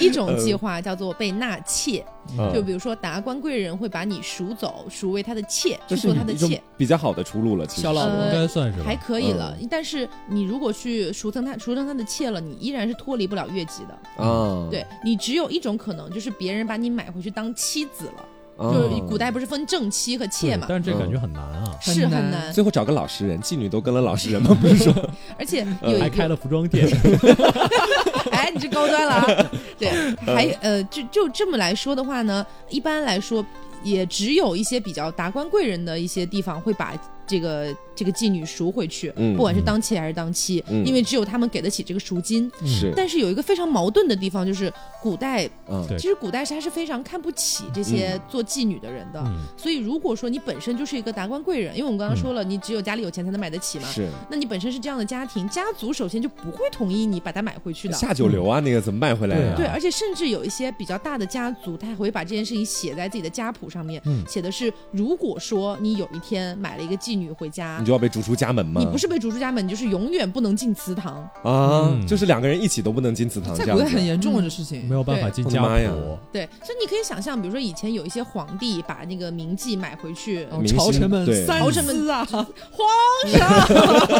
Speaker 1: 一种计划叫做被纳妾，
Speaker 2: 嗯
Speaker 1: 就比如说达官贵人会把你赎走，赎为他的妾，
Speaker 2: 这
Speaker 1: 去
Speaker 2: 是
Speaker 1: 做他的
Speaker 2: 一种
Speaker 1: 妾，
Speaker 2: 比较好的出路了，其实
Speaker 3: 小老
Speaker 1: 呃
Speaker 4: 应该算是吧
Speaker 1: 还可以了。但是你如果去赎成他，赎成他的妾了，你依然是脱离不了越级的。
Speaker 2: 啊，
Speaker 1: 嗯对你只有一种可能，就是别人把你买回去当妻子了。
Speaker 2: 啊，
Speaker 1: 就是古代不是分正妻和妾
Speaker 4: 对
Speaker 1: 嘛，
Speaker 4: 但是这感觉很难啊，
Speaker 1: 是
Speaker 3: 很
Speaker 1: 很
Speaker 3: 难
Speaker 1: 难。
Speaker 2: 最后找个老实人，妓女都跟了老实人吗？不是说，
Speaker 1: 而且有
Speaker 4: 还
Speaker 1: 一
Speaker 4: 开
Speaker 1: 个，
Speaker 4: 了服装 店，
Speaker 1: 哎，你这高端了 啊。对，
Speaker 2: 嗯
Speaker 1: 还有呃，就就这么来说的话呢，一般来说。也只有一些比较达官贵人的一些地方会把这个这个妓女赎回去，
Speaker 2: 嗯
Speaker 1: 不管是当妾还是当妻，
Speaker 2: 嗯
Speaker 1: 因为只有他们给得起这个赎金。
Speaker 4: 嗯
Speaker 2: 是
Speaker 1: 但是有一个非常矛盾的地方，就是古代
Speaker 2: 嗯
Speaker 4: 对
Speaker 1: 其实古代是他是非常看不起这些做妓女的人的。
Speaker 4: 嗯
Speaker 1: 所以如果说你本身就是一个达官贵人，因为我们刚刚说了，你只有家里有钱才能买得起嘛，
Speaker 2: 嗯是
Speaker 1: 那你本身是这样的家庭，家族首先就不会同意你把它买回去的。
Speaker 2: 下九流啊，那个怎么卖回来
Speaker 4: 对
Speaker 1: 对，
Speaker 4: 啊
Speaker 1: 而且甚至有一些比较大的家族，他还会把这件事情写在自己的家谱上面，
Speaker 4: 嗯
Speaker 1: 写的是，如果说你有一天买了一个妓妓女回家
Speaker 2: 你，就要嗯被逐出家门吗？
Speaker 1: 你不是被逐出家门，你就是永远不能进祠堂。
Speaker 2: 啊，
Speaker 4: 嗯
Speaker 2: 就是两个人一起都不能进祠堂
Speaker 3: 在
Speaker 2: 这样
Speaker 3: 古代很
Speaker 2: 子。
Speaker 3: 严重啊，这事情
Speaker 4: 没有办法进
Speaker 2: 我的
Speaker 4: 家
Speaker 2: 妈呀
Speaker 4: 谱，
Speaker 1: 对，所以你可以想象，比如说以前有一些皇帝把那个名妓买回去，
Speaker 3: 哦
Speaker 2: 明
Speaker 3: 朝
Speaker 2: 星
Speaker 3: 臣们
Speaker 2: 对
Speaker 3: 三
Speaker 1: 朝臣们
Speaker 3: 思啊，
Speaker 1: 皇上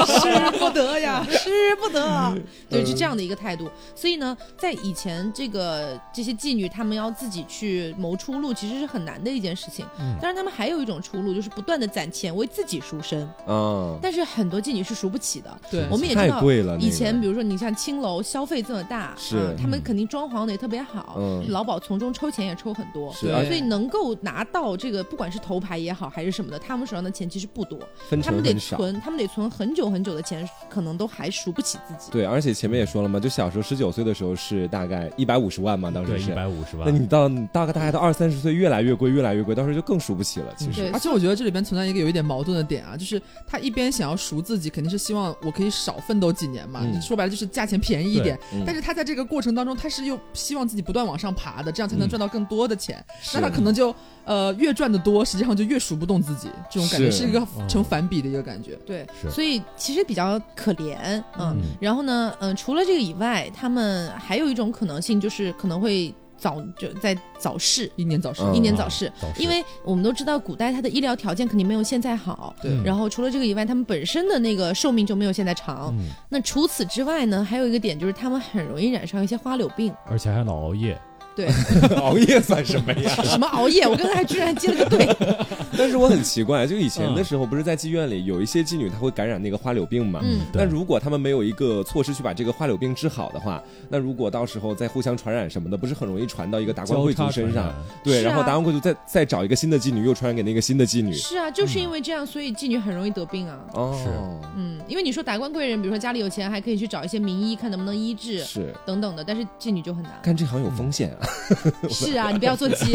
Speaker 3: 使不得呀。
Speaker 1: 使不
Speaker 2: 嗯
Speaker 1: 得，啊对，就这样的一个态度。所以呢，在以前这个这些妓女，她们要自己去谋出路，其实是很难的一件事情。
Speaker 4: 嗯
Speaker 1: 但是她们还有一种出路，就是不断的攒钱为自己赎身。
Speaker 2: 啊，
Speaker 1: 但是很多妓女是赎不起的。
Speaker 3: 对
Speaker 1: 我们也知
Speaker 2: 太
Speaker 1: 道，
Speaker 2: 贵了。
Speaker 1: 以前
Speaker 2: 啊那
Speaker 1: 比
Speaker 2: 个
Speaker 1: 如说你像青楼消费这么大，
Speaker 2: 是
Speaker 1: 啊，他们
Speaker 4: 嗯
Speaker 1: 肯定装潢的也特别好，
Speaker 2: 嗯
Speaker 1: 劳保从中抽钱也抽很多。
Speaker 2: 是啊
Speaker 3: 对
Speaker 2: 而
Speaker 1: 所
Speaker 2: 且
Speaker 1: 以能够拿到这个，不管是头牌也好，还是什么的，他们手上的钱其实不多，
Speaker 2: 分
Speaker 1: 他们
Speaker 2: 成
Speaker 1: 得
Speaker 2: 很少。
Speaker 1: 存，他们得存很久很久的钱，可能都还赎不起自己。
Speaker 2: 对，而且前面也说了嘛，就小时候十九岁的时候是大概一百五十万嘛，当时
Speaker 4: 对，一
Speaker 2: 是。
Speaker 4: 百五十
Speaker 2: 那。
Speaker 4: 万
Speaker 2: 你到你大概大概到二三十岁，越来越贵，越来越贵，到时候就更赎不起了。其实
Speaker 1: 对
Speaker 3: 而且我觉得这里边存在一个有一点矛盾的点啊，就是他一边想要赎自己，肯定是希望我可以少奋斗几年嘛，
Speaker 2: 嗯
Speaker 3: 就说白了就是价钱便宜一点。
Speaker 2: 对嗯
Speaker 3: 但是他在这个过程当中，他是又希望自己不断往上爬的，这样才能赚到更多的钱。
Speaker 2: 是
Speaker 3: 那他可能就呃越赚的多，实际上就越赎不动自己，这种感觉
Speaker 2: 是
Speaker 3: 是一个
Speaker 4: 嗯
Speaker 3: 成反比的一个感觉。
Speaker 1: 对
Speaker 4: 是
Speaker 1: 所以其实比较可怜，嗯。
Speaker 4: 嗯
Speaker 1: 然后呢，嗯、除了这个以外，他们还有一种可能性，就是可能会早就在早逝，
Speaker 3: 英年早逝，
Speaker 2: 嗯
Speaker 1: 英年早逝。
Speaker 4: 早逝
Speaker 1: 因为我们都知道，古代它的医疗条件肯定没有现在好，
Speaker 3: 对
Speaker 4: 嗯
Speaker 1: 然后除了这个以外，他们本身的那个寿命就没有现在长。
Speaker 4: 嗯，
Speaker 1: 那除此之外呢，还有一个点就是他们很容易染上一些花柳病。
Speaker 4: 而且还老熬夜，
Speaker 1: 对，
Speaker 2: 熬夜算什么呀？
Speaker 1: 什么熬夜，我刚才还居然接了个对。
Speaker 2: 但是我很奇 怪，就以前
Speaker 4: 嗯
Speaker 2: 的时候，不是在妓院里有一些妓女她会感染那个花柳病嘛？
Speaker 1: 嗯
Speaker 2: 那
Speaker 4: 对
Speaker 2: 如果他们没有一个措施去把这个花柳病治好的话，那如果到时候再互相传染什么的，不是很容易传到一个达官
Speaker 4: 交
Speaker 2: 贵族
Speaker 4: 叉
Speaker 2: 身
Speaker 4: 传
Speaker 2: 上
Speaker 4: 染？。
Speaker 2: 对，
Speaker 1: 是啊
Speaker 2: 然后达官贵族再再找一个新的妓女，又传染给那个新的妓女。
Speaker 1: 是啊，就是因为这样，所以妓女很容易得病啊。
Speaker 2: 哦，
Speaker 1: 嗯，因为你说达官贵人，比如说家里有钱，还可以去找一些名医看能不能医治
Speaker 2: 是
Speaker 1: 等等的，但是妓女就很难。
Speaker 2: 干这行有风险啊，
Speaker 1: 是 啊，你不要做鸡。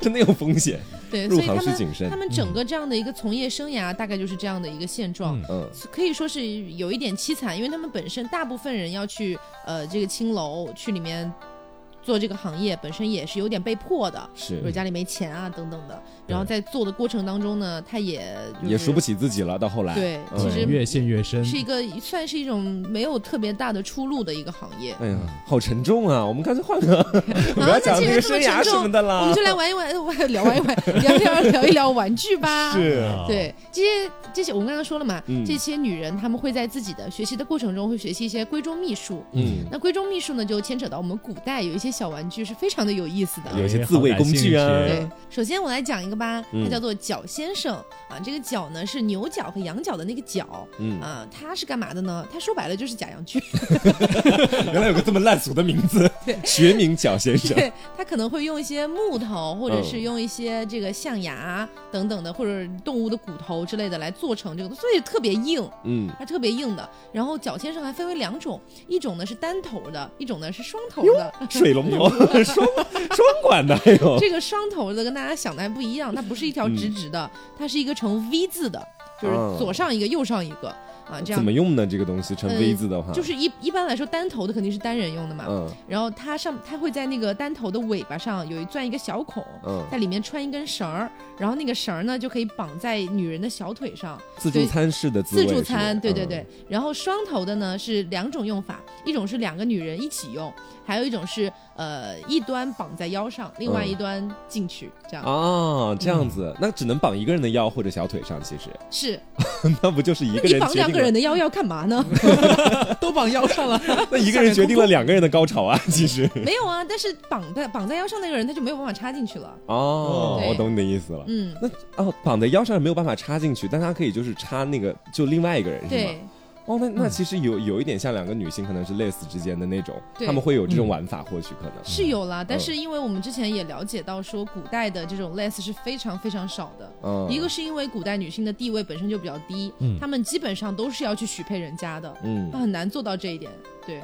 Speaker 2: 真的有风险，
Speaker 1: 对，
Speaker 2: 入
Speaker 1: 所以
Speaker 2: 行
Speaker 1: 他
Speaker 2: 需
Speaker 1: 们
Speaker 2: 谨慎
Speaker 1: 他。们整个这样的一个从业生涯，大概就是这样的一个现状。
Speaker 4: 嗯
Speaker 2: 嗯，
Speaker 1: 可以说是有一点凄惨，因为他们本身大部分人要去呃这个青楼去里面做这个行业，本身也是有点被迫的，
Speaker 2: 是
Speaker 1: 比如家里没钱啊等等的。然后在做的过程当中呢，他也、就是、
Speaker 2: 也赎不起自己了，到后来。
Speaker 1: 对，
Speaker 2: 嗯
Speaker 1: 其
Speaker 4: 对
Speaker 1: 实
Speaker 4: 越陷越深，
Speaker 1: 是一个算是一种没有特别大的出路的一个行业。
Speaker 2: 哎呀，好沉重啊！我们干脆 换个， 不
Speaker 1: 啊
Speaker 2: 要讲
Speaker 1: 那既然这
Speaker 2: 那个
Speaker 1: 么
Speaker 2: 生涯
Speaker 1: 沉重
Speaker 2: 什么的
Speaker 1: 我
Speaker 2: 啦
Speaker 1: 们。就来玩一玩， 玩聊玩一玩，聊一聊聊一聊玩具吧。
Speaker 2: 是，
Speaker 4: 啊
Speaker 1: 对这些这些，我们刚刚说了嘛，
Speaker 2: 哦嗯
Speaker 1: 这些女人她们会在自己的学习的过程中会学习一些闺中秘术。
Speaker 2: 嗯，
Speaker 1: 那闺中秘术呢，就牵扯到我们古代有一些小玩具是非常的有意思的。
Speaker 2: 有一些
Speaker 4: 哎
Speaker 2: 自卫
Speaker 4: 好感
Speaker 2: 工具啊
Speaker 4: 兴趣
Speaker 1: 对，首先我来讲一个吧，
Speaker 2: 嗯
Speaker 1: 它叫做角先生、啊，这个角呢是牛角和羊角的那个角。
Speaker 2: 嗯
Speaker 1: 啊，它是干嘛的呢？它说白了就是假洋芋，
Speaker 2: 原来有个这么烂俗的名字，学名角先 生。
Speaker 1: 对，它可能会用一些木头，或者
Speaker 2: 嗯
Speaker 1: 是用一些这个象牙等等的，或者动物的骨头之类的来做成这个，所以特别硬。
Speaker 2: 嗯，
Speaker 1: 它特别硬的。然后角先生还分为两种，一种呢是单头的，一种呢是双头的。
Speaker 2: 水 龙头双双管的还有，
Speaker 1: 这个双头的跟大家想的还不一样，它不是一条直
Speaker 2: 嗯
Speaker 1: 直的，它是一个呈 V 字的，就是
Speaker 2: 啊
Speaker 1: 左上一个，右上一个啊，这
Speaker 2: 怎
Speaker 1: 样
Speaker 2: 么。用呢？这个东西成
Speaker 1: 呃
Speaker 2: V 字的话，
Speaker 1: 就是一一般来说，单头的肯定是单人用的嘛。
Speaker 2: 嗯
Speaker 1: 然后它上，它会在那个单头的尾巴上有一钻一个小孔，
Speaker 2: 嗯，
Speaker 1: 在里面穿一根绳儿，然后那个绳儿呢就可以绑在女人的小腿上，
Speaker 2: 自助餐式的滋
Speaker 1: 自
Speaker 2: 味
Speaker 1: 助
Speaker 2: 是吧
Speaker 1: 餐，对对
Speaker 2: 嗯
Speaker 1: 对。然后双头的呢是两种用法，一种是两个女人一起用，还有一种是呃一端绑在腰上，另外
Speaker 2: 嗯
Speaker 1: 一端进去，这样、
Speaker 2: 啊，这样
Speaker 1: 嗯
Speaker 2: 子，那只能绑一个人的腰或者小腿上，其实
Speaker 1: 是。
Speaker 2: 那不就是一
Speaker 1: 那
Speaker 2: 个
Speaker 1: 你
Speaker 2: 人
Speaker 1: 绑
Speaker 2: 决
Speaker 1: 两
Speaker 2: 定
Speaker 1: 个人
Speaker 2: 了，
Speaker 1: 的腰要干嘛 呢？
Speaker 3: 都绑腰上了，
Speaker 2: 那一个人决定了两个人的高潮啊， 其实。
Speaker 1: 没有啊，但是绑在绑在腰上那个人他就没有办法插进去了。
Speaker 2: 哦，
Speaker 1: 对
Speaker 2: 我懂你的意思了。
Speaker 1: 嗯，
Speaker 2: 那哦，绑在腰上没有办法插进去，但它可以就是插那个就另外一个人是吗？
Speaker 1: 对
Speaker 2: 哦，那那其实有有一点像两个女性可能是类似之间的那种，
Speaker 1: 对
Speaker 2: 他们会有
Speaker 4: 嗯
Speaker 2: 这种玩法，或许可能
Speaker 1: 是有啦，但
Speaker 2: 嗯
Speaker 1: 是因为我们之前也了解到说，古代的这种类似是非常非常少的。
Speaker 2: 嗯，
Speaker 1: 一个是因为古代女性的地位本身就比较低，
Speaker 4: 嗯
Speaker 1: 她们基本上都是要去许配人家的，
Speaker 2: 嗯
Speaker 1: 她，很难做到这一点。对，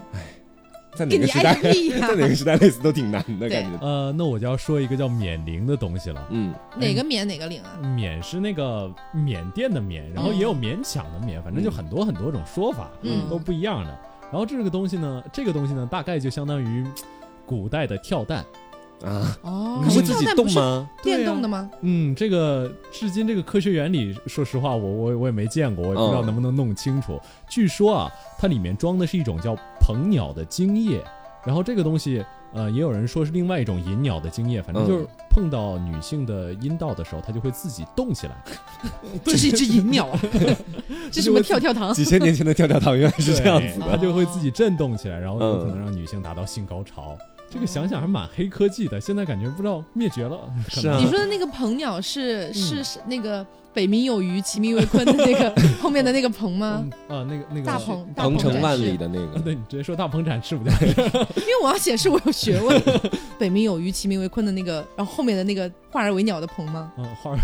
Speaker 2: 在哪
Speaker 1: 给
Speaker 2: 个
Speaker 1: 你
Speaker 2: 时代
Speaker 1: 挨，个屁呀、
Speaker 2: 在哪个时代类似都挺难
Speaker 1: 对
Speaker 2: 的感觉。
Speaker 4: 呃，那我就要说一个叫缅铃的东西了。
Speaker 2: 嗯，
Speaker 1: 哪个缅哪个领啊？
Speaker 4: 缅是那个缅甸的缅，然后也有勉强的勉，反
Speaker 2: 嗯
Speaker 4: 正就很多很多种说法，
Speaker 1: 嗯
Speaker 4: 都不一样的。然后这个东西呢，这个东西呢，大概就相当于古代的跳蛋，
Speaker 2: 啊，
Speaker 1: 哦
Speaker 2: 可
Speaker 1: 可
Speaker 2: 是
Speaker 1: 是
Speaker 2: 自
Speaker 1: 跳
Speaker 2: 己
Speaker 1: 蛋不
Speaker 2: 动
Speaker 1: 是
Speaker 2: 吗？
Speaker 1: 电动的吗？
Speaker 4: 嗯，这个至今这个科学原理，说实话，我我我也没见过，我也不知道
Speaker 2: 嗯
Speaker 4: 能不能弄清楚。据说啊，它里面装的是一种叫鹏鸟的精液，然后这个东西，呃，也有人说是另外一种银鸟的精液，反正
Speaker 2: 嗯
Speaker 4: 就是碰到女性的阴道的时候，它就会自己 动起来。
Speaker 3: 这是一 只银鸟啊！
Speaker 1: 这什么跳跳糖？
Speaker 2: 几千年前的跳跳糖原来是这样
Speaker 4: 对
Speaker 2: 子的，
Speaker 4: 它就会自己震动起来，然后有可能
Speaker 2: 嗯
Speaker 4: 让女性达到性高潮。这个想想还蛮黑科技的，现在感觉不知道灭绝了。
Speaker 2: 是啊
Speaker 1: 你说的那个鹏鸟是是是那个北冥有鱼，其名为鲲的那个后面的那个鹏吗
Speaker 4: 嗯？啊，那个那个
Speaker 1: 大鹏大
Speaker 2: 鹏程
Speaker 1: 展
Speaker 2: 万
Speaker 1: 翅
Speaker 2: 里的那个，
Speaker 4: 对你直接说大鹏展 翅不就是
Speaker 1: 因为我要显示我有学问。北冥有鱼，其名为鲲的那个，然后后面的那个化而为鸟的鹏吗？
Speaker 4: 嗯，花儿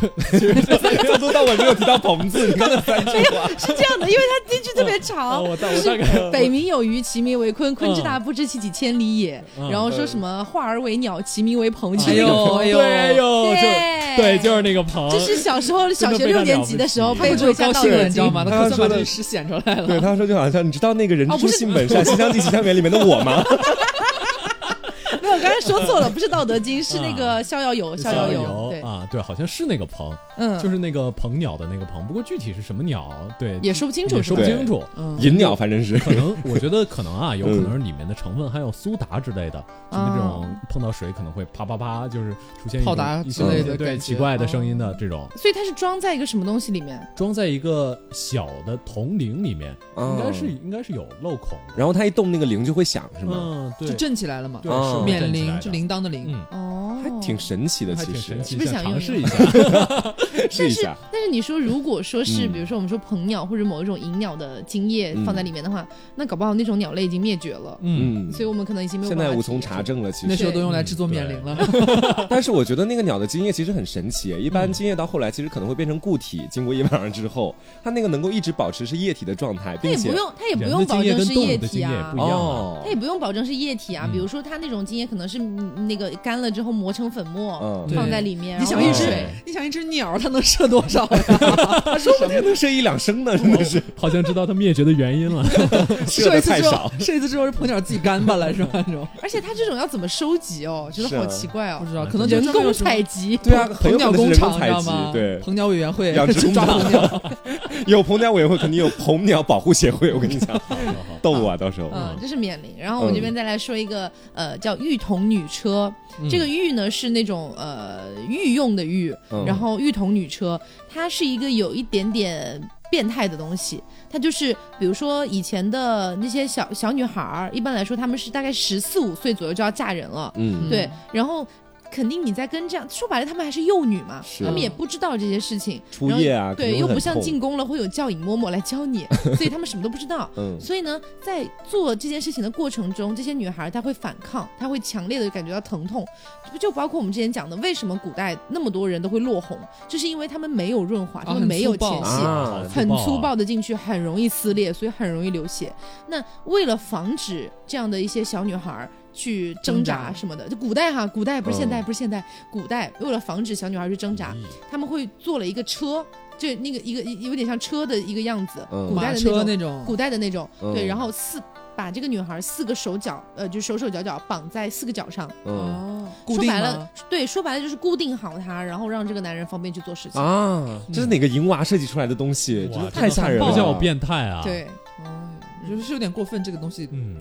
Speaker 2: 从 头到尾没有提到鹏字，你刚才三句话，
Speaker 1: 是这样的，因为它第一句特别
Speaker 4: 啊，
Speaker 1: 长。
Speaker 4: 我大
Speaker 1: 就
Speaker 4: 我大
Speaker 1: 是
Speaker 4: 概
Speaker 1: 北冥有鱼，其名为鲲，鲲之大，不知其几千里也。
Speaker 4: 嗯
Speaker 1: 然后说什么化而为鸟，其名为鹏，其
Speaker 3: 哎
Speaker 1: 名
Speaker 3: 呦
Speaker 1: 为鹏。
Speaker 3: 哎呦
Speaker 4: 对呦，就
Speaker 1: 对
Speaker 4: 对，就是那个鹏，
Speaker 1: 这是小时候小
Speaker 4: 哦真的
Speaker 1: 学
Speaker 4: 非
Speaker 1: 六
Speaker 4: 常
Speaker 1: 年
Speaker 4: 了不
Speaker 1: 级的
Speaker 4: 起
Speaker 1: 时候
Speaker 4: 这
Speaker 1: 背
Speaker 3: 这
Speaker 1: 过
Speaker 3: 就
Speaker 1: 一
Speaker 3: 是
Speaker 1: 下
Speaker 3: 高
Speaker 1: 道
Speaker 3: 兴
Speaker 1: 德
Speaker 3: 了，你
Speaker 1: 经
Speaker 3: 知道吗？
Speaker 2: 他
Speaker 3: 他算
Speaker 2: 说
Speaker 3: 把这
Speaker 2: 的
Speaker 3: 个诗显出来了。
Speaker 2: 对，他说就好像你知道那个人
Speaker 1: 哦
Speaker 2: 畜
Speaker 1: 不是
Speaker 2: 性本 善，《西厢记》《西厢园》里面的我吗？
Speaker 1: 没有，刚才说错了，不是《道德经》，是那个《逍遥游》。逍遥游，对，
Speaker 4: 啊，对，好像是那个鹏，
Speaker 1: 嗯，
Speaker 4: 就是那个鹏鸟的那个鹏，不过具体是什么鸟，对，
Speaker 1: 也说不清楚，
Speaker 4: 也
Speaker 1: 是
Speaker 4: 说
Speaker 1: 吧
Speaker 4: 不
Speaker 2: 对
Speaker 4: 清楚。
Speaker 3: 嗯，
Speaker 2: 银鸟反正 是，
Speaker 4: 可能我觉得可能啊，
Speaker 2: 嗯
Speaker 4: 有可能是里面的成分含有苏打之类的，就那种
Speaker 1: 哦
Speaker 4: 碰到水可能会啪啪啪，就是出现一
Speaker 3: 泡
Speaker 4: 种
Speaker 3: 打
Speaker 4: 一
Speaker 3: 之
Speaker 4: 些
Speaker 2: 类
Speaker 3: 的
Speaker 4: 对
Speaker 3: 感
Speaker 4: 奇
Speaker 3: 觉
Speaker 4: 怪的
Speaker 3: 哦
Speaker 4: 声音的这种，
Speaker 1: 所以它是装在一个什么东西里面？
Speaker 4: 装在一个小的铜铃里面，应该是
Speaker 2: 哦。
Speaker 4: 应该是有漏孔的，
Speaker 2: 然后他一动那个铃就会响，是吗？
Speaker 4: 嗯，对
Speaker 3: 就，震起来了嘛，
Speaker 4: 对，
Speaker 2: 哦
Speaker 4: 是会
Speaker 3: 免
Speaker 4: 震起
Speaker 3: 铃
Speaker 4: 来
Speaker 3: 就
Speaker 4: 的
Speaker 3: 铃铛的铃。
Speaker 4: 嗯，
Speaker 1: 哦，
Speaker 2: 还挺。神奇的，
Speaker 4: 还
Speaker 2: 其
Speaker 4: 挺
Speaker 2: 实
Speaker 4: 神奇，
Speaker 1: 是不是
Speaker 4: 想
Speaker 1: 想
Speaker 4: 尝
Speaker 1: 用
Speaker 4: 试
Speaker 1: 用
Speaker 4: 一 下？
Speaker 2: 试一
Speaker 1: 是
Speaker 2: 下，
Speaker 1: 但是你说，如果说是，
Speaker 2: 嗯
Speaker 1: 比如说我们说鹏鸟或者某一种银鸟的精液放在里面的话，那搞不好那种鸟类已经灭绝了，
Speaker 4: 嗯，
Speaker 2: 嗯，
Speaker 1: 所以我们可能已经没有
Speaker 2: 现
Speaker 1: 办法体
Speaker 2: 在
Speaker 1: 验。
Speaker 2: 无从查证了，其
Speaker 3: 那
Speaker 2: 实。
Speaker 3: 时候都用来制作面
Speaker 4: 对
Speaker 3: 铃了，
Speaker 2: 但是我觉得那个鸟的精液其实很神奇，一般
Speaker 4: 嗯
Speaker 2: 精液到后来其实可能会变成固体，经过一晚上之后，它那个能够一直保持是液体的状态，
Speaker 1: 它
Speaker 2: 并
Speaker 1: 也不
Speaker 2: 且
Speaker 1: 用，它也不
Speaker 4: 人的
Speaker 1: 用
Speaker 4: 精
Speaker 1: 保
Speaker 4: 液
Speaker 1: 证
Speaker 4: 跟
Speaker 1: 是
Speaker 4: 动物
Speaker 1: 液
Speaker 4: 的
Speaker 1: 体
Speaker 4: 精液
Speaker 1: 啊
Speaker 4: 不一，样
Speaker 2: 哦
Speaker 1: 它，也不用保证是液体啊。
Speaker 4: 嗯
Speaker 1: 比如说，它那种精液可能是嗯那个干了之后磨成粉末，
Speaker 2: 嗯，
Speaker 4: 对
Speaker 1: 放在里面，
Speaker 3: 你
Speaker 1: 然
Speaker 3: 想
Speaker 1: 后
Speaker 3: 一
Speaker 1: 用
Speaker 3: 只
Speaker 1: 水。
Speaker 4: 对，
Speaker 3: 你想一只鸟，它能射多少 呀？它说不定
Speaker 2: 能射一两升呢，真的是
Speaker 4: 好像知道它灭绝的原 因了。
Speaker 2: 射
Speaker 3: 射
Speaker 2: 的
Speaker 3: 一次
Speaker 2: 太
Speaker 3: 之
Speaker 2: 少
Speaker 3: 后，，射一次之后是鹏鸟自己干巴了，是吧？那种
Speaker 1: 而且它这种要怎么收集哦？觉
Speaker 2: 是
Speaker 1: 得
Speaker 2: 啊
Speaker 1: 好奇怪
Speaker 3: 不
Speaker 1: 哦，
Speaker 3: 知道，可能就
Speaker 1: 人
Speaker 3: 专门
Speaker 1: 工
Speaker 3: 有什么
Speaker 1: 采集。
Speaker 2: 对啊，很
Speaker 3: 鹏
Speaker 2: 有
Speaker 3: 鸟
Speaker 2: 可能
Speaker 3: 工
Speaker 2: 是人工
Speaker 3: 厂，
Speaker 2: 采
Speaker 3: 知道
Speaker 2: 集
Speaker 3: 吗？，
Speaker 2: 对，
Speaker 3: 鹏鸟委员会
Speaker 2: 养殖
Speaker 3: 去抓
Speaker 2: 工厂
Speaker 3: 鹏鸟，
Speaker 2: 有鹏鸟委员会，肯定有鹏鸟保护协会，我跟你 讲，逗啊，到时候
Speaker 1: 嗯，这是冕铃。然后我这边
Speaker 2: 嗯
Speaker 1: 再来说一个，呃，叫玉童女车。
Speaker 4: 嗯
Speaker 1: 这个玉呢是那种呃御用的玉，
Speaker 2: 嗯
Speaker 1: 然后玉童女车，它是一个有一点点变态的东西。它就是，比如说以前的那些小小女孩儿，一般来说她们是大概十四五岁左右就要嫁人了，
Speaker 2: 嗯，
Speaker 1: 对。然后肯定你在跟这样说白了，她们还是幼女嘛，
Speaker 2: 是
Speaker 1: 她们也不知道这些事情，
Speaker 2: 初夜啊，肯
Speaker 1: 对，
Speaker 2: 定
Speaker 1: 又不
Speaker 2: 会很
Speaker 1: 像
Speaker 2: 痛
Speaker 1: 进宫了会有教引嬷嬷来教 你，所以她们什么都不知道。
Speaker 2: 嗯
Speaker 1: 所以呢，在做这件事情的过程中，这些女孩她会反抗，她会强烈的感觉到疼痛，就就包括我们之前讲的，为什么古代那么多人都会落红，就是因为她们没有润滑，她们
Speaker 3: 很
Speaker 1: 没有
Speaker 3: 粗
Speaker 1: 前
Speaker 3: 暴
Speaker 1: 戏，
Speaker 2: 啊
Speaker 1: 很粗暴的进去，很容易撕裂，所以很容易流血。那为了防止这样的一些小女孩儿去挣扎
Speaker 3: 挣扎
Speaker 1: 什么的，就古代哈，古代不是现代，
Speaker 2: 嗯
Speaker 1: 不是现代，古代为了防止小女孩去挣扎，
Speaker 4: 嗯
Speaker 1: 他们会做了一个车，就那个一个一有点像车的一个样子，
Speaker 2: 嗯
Speaker 1: 古代
Speaker 3: 马
Speaker 1: 的
Speaker 3: 车
Speaker 1: 种
Speaker 3: 那种，
Speaker 1: 古代的那种，
Speaker 2: 嗯
Speaker 1: 对，然后四把这个女孩四个手脚，呃，就手手脚脚绑在四个脚上，
Speaker 2: 嗯
Speaker 3: 哦，固
Speaker 1: 说
Speaker 3: 定
Speaker 1: 白了
Speaker 3: 吗，，
Speaker 1: 对，说白了就是固定好她，然后让这个男人方便去做事情。
Speaker 2: 啊，这是哪个淫娃设计出来的东西？真
Speaker 4: 哇
Speaker 2: 的，太吓人
Speaker 4: 这
Speaker 2: 了，
Speaker 4: 叫变态啊！，
Speaker 1: 对，嗯
Speaker 3: 哦，就是是有点过分，这个东西，
Speaker 4: 嗯，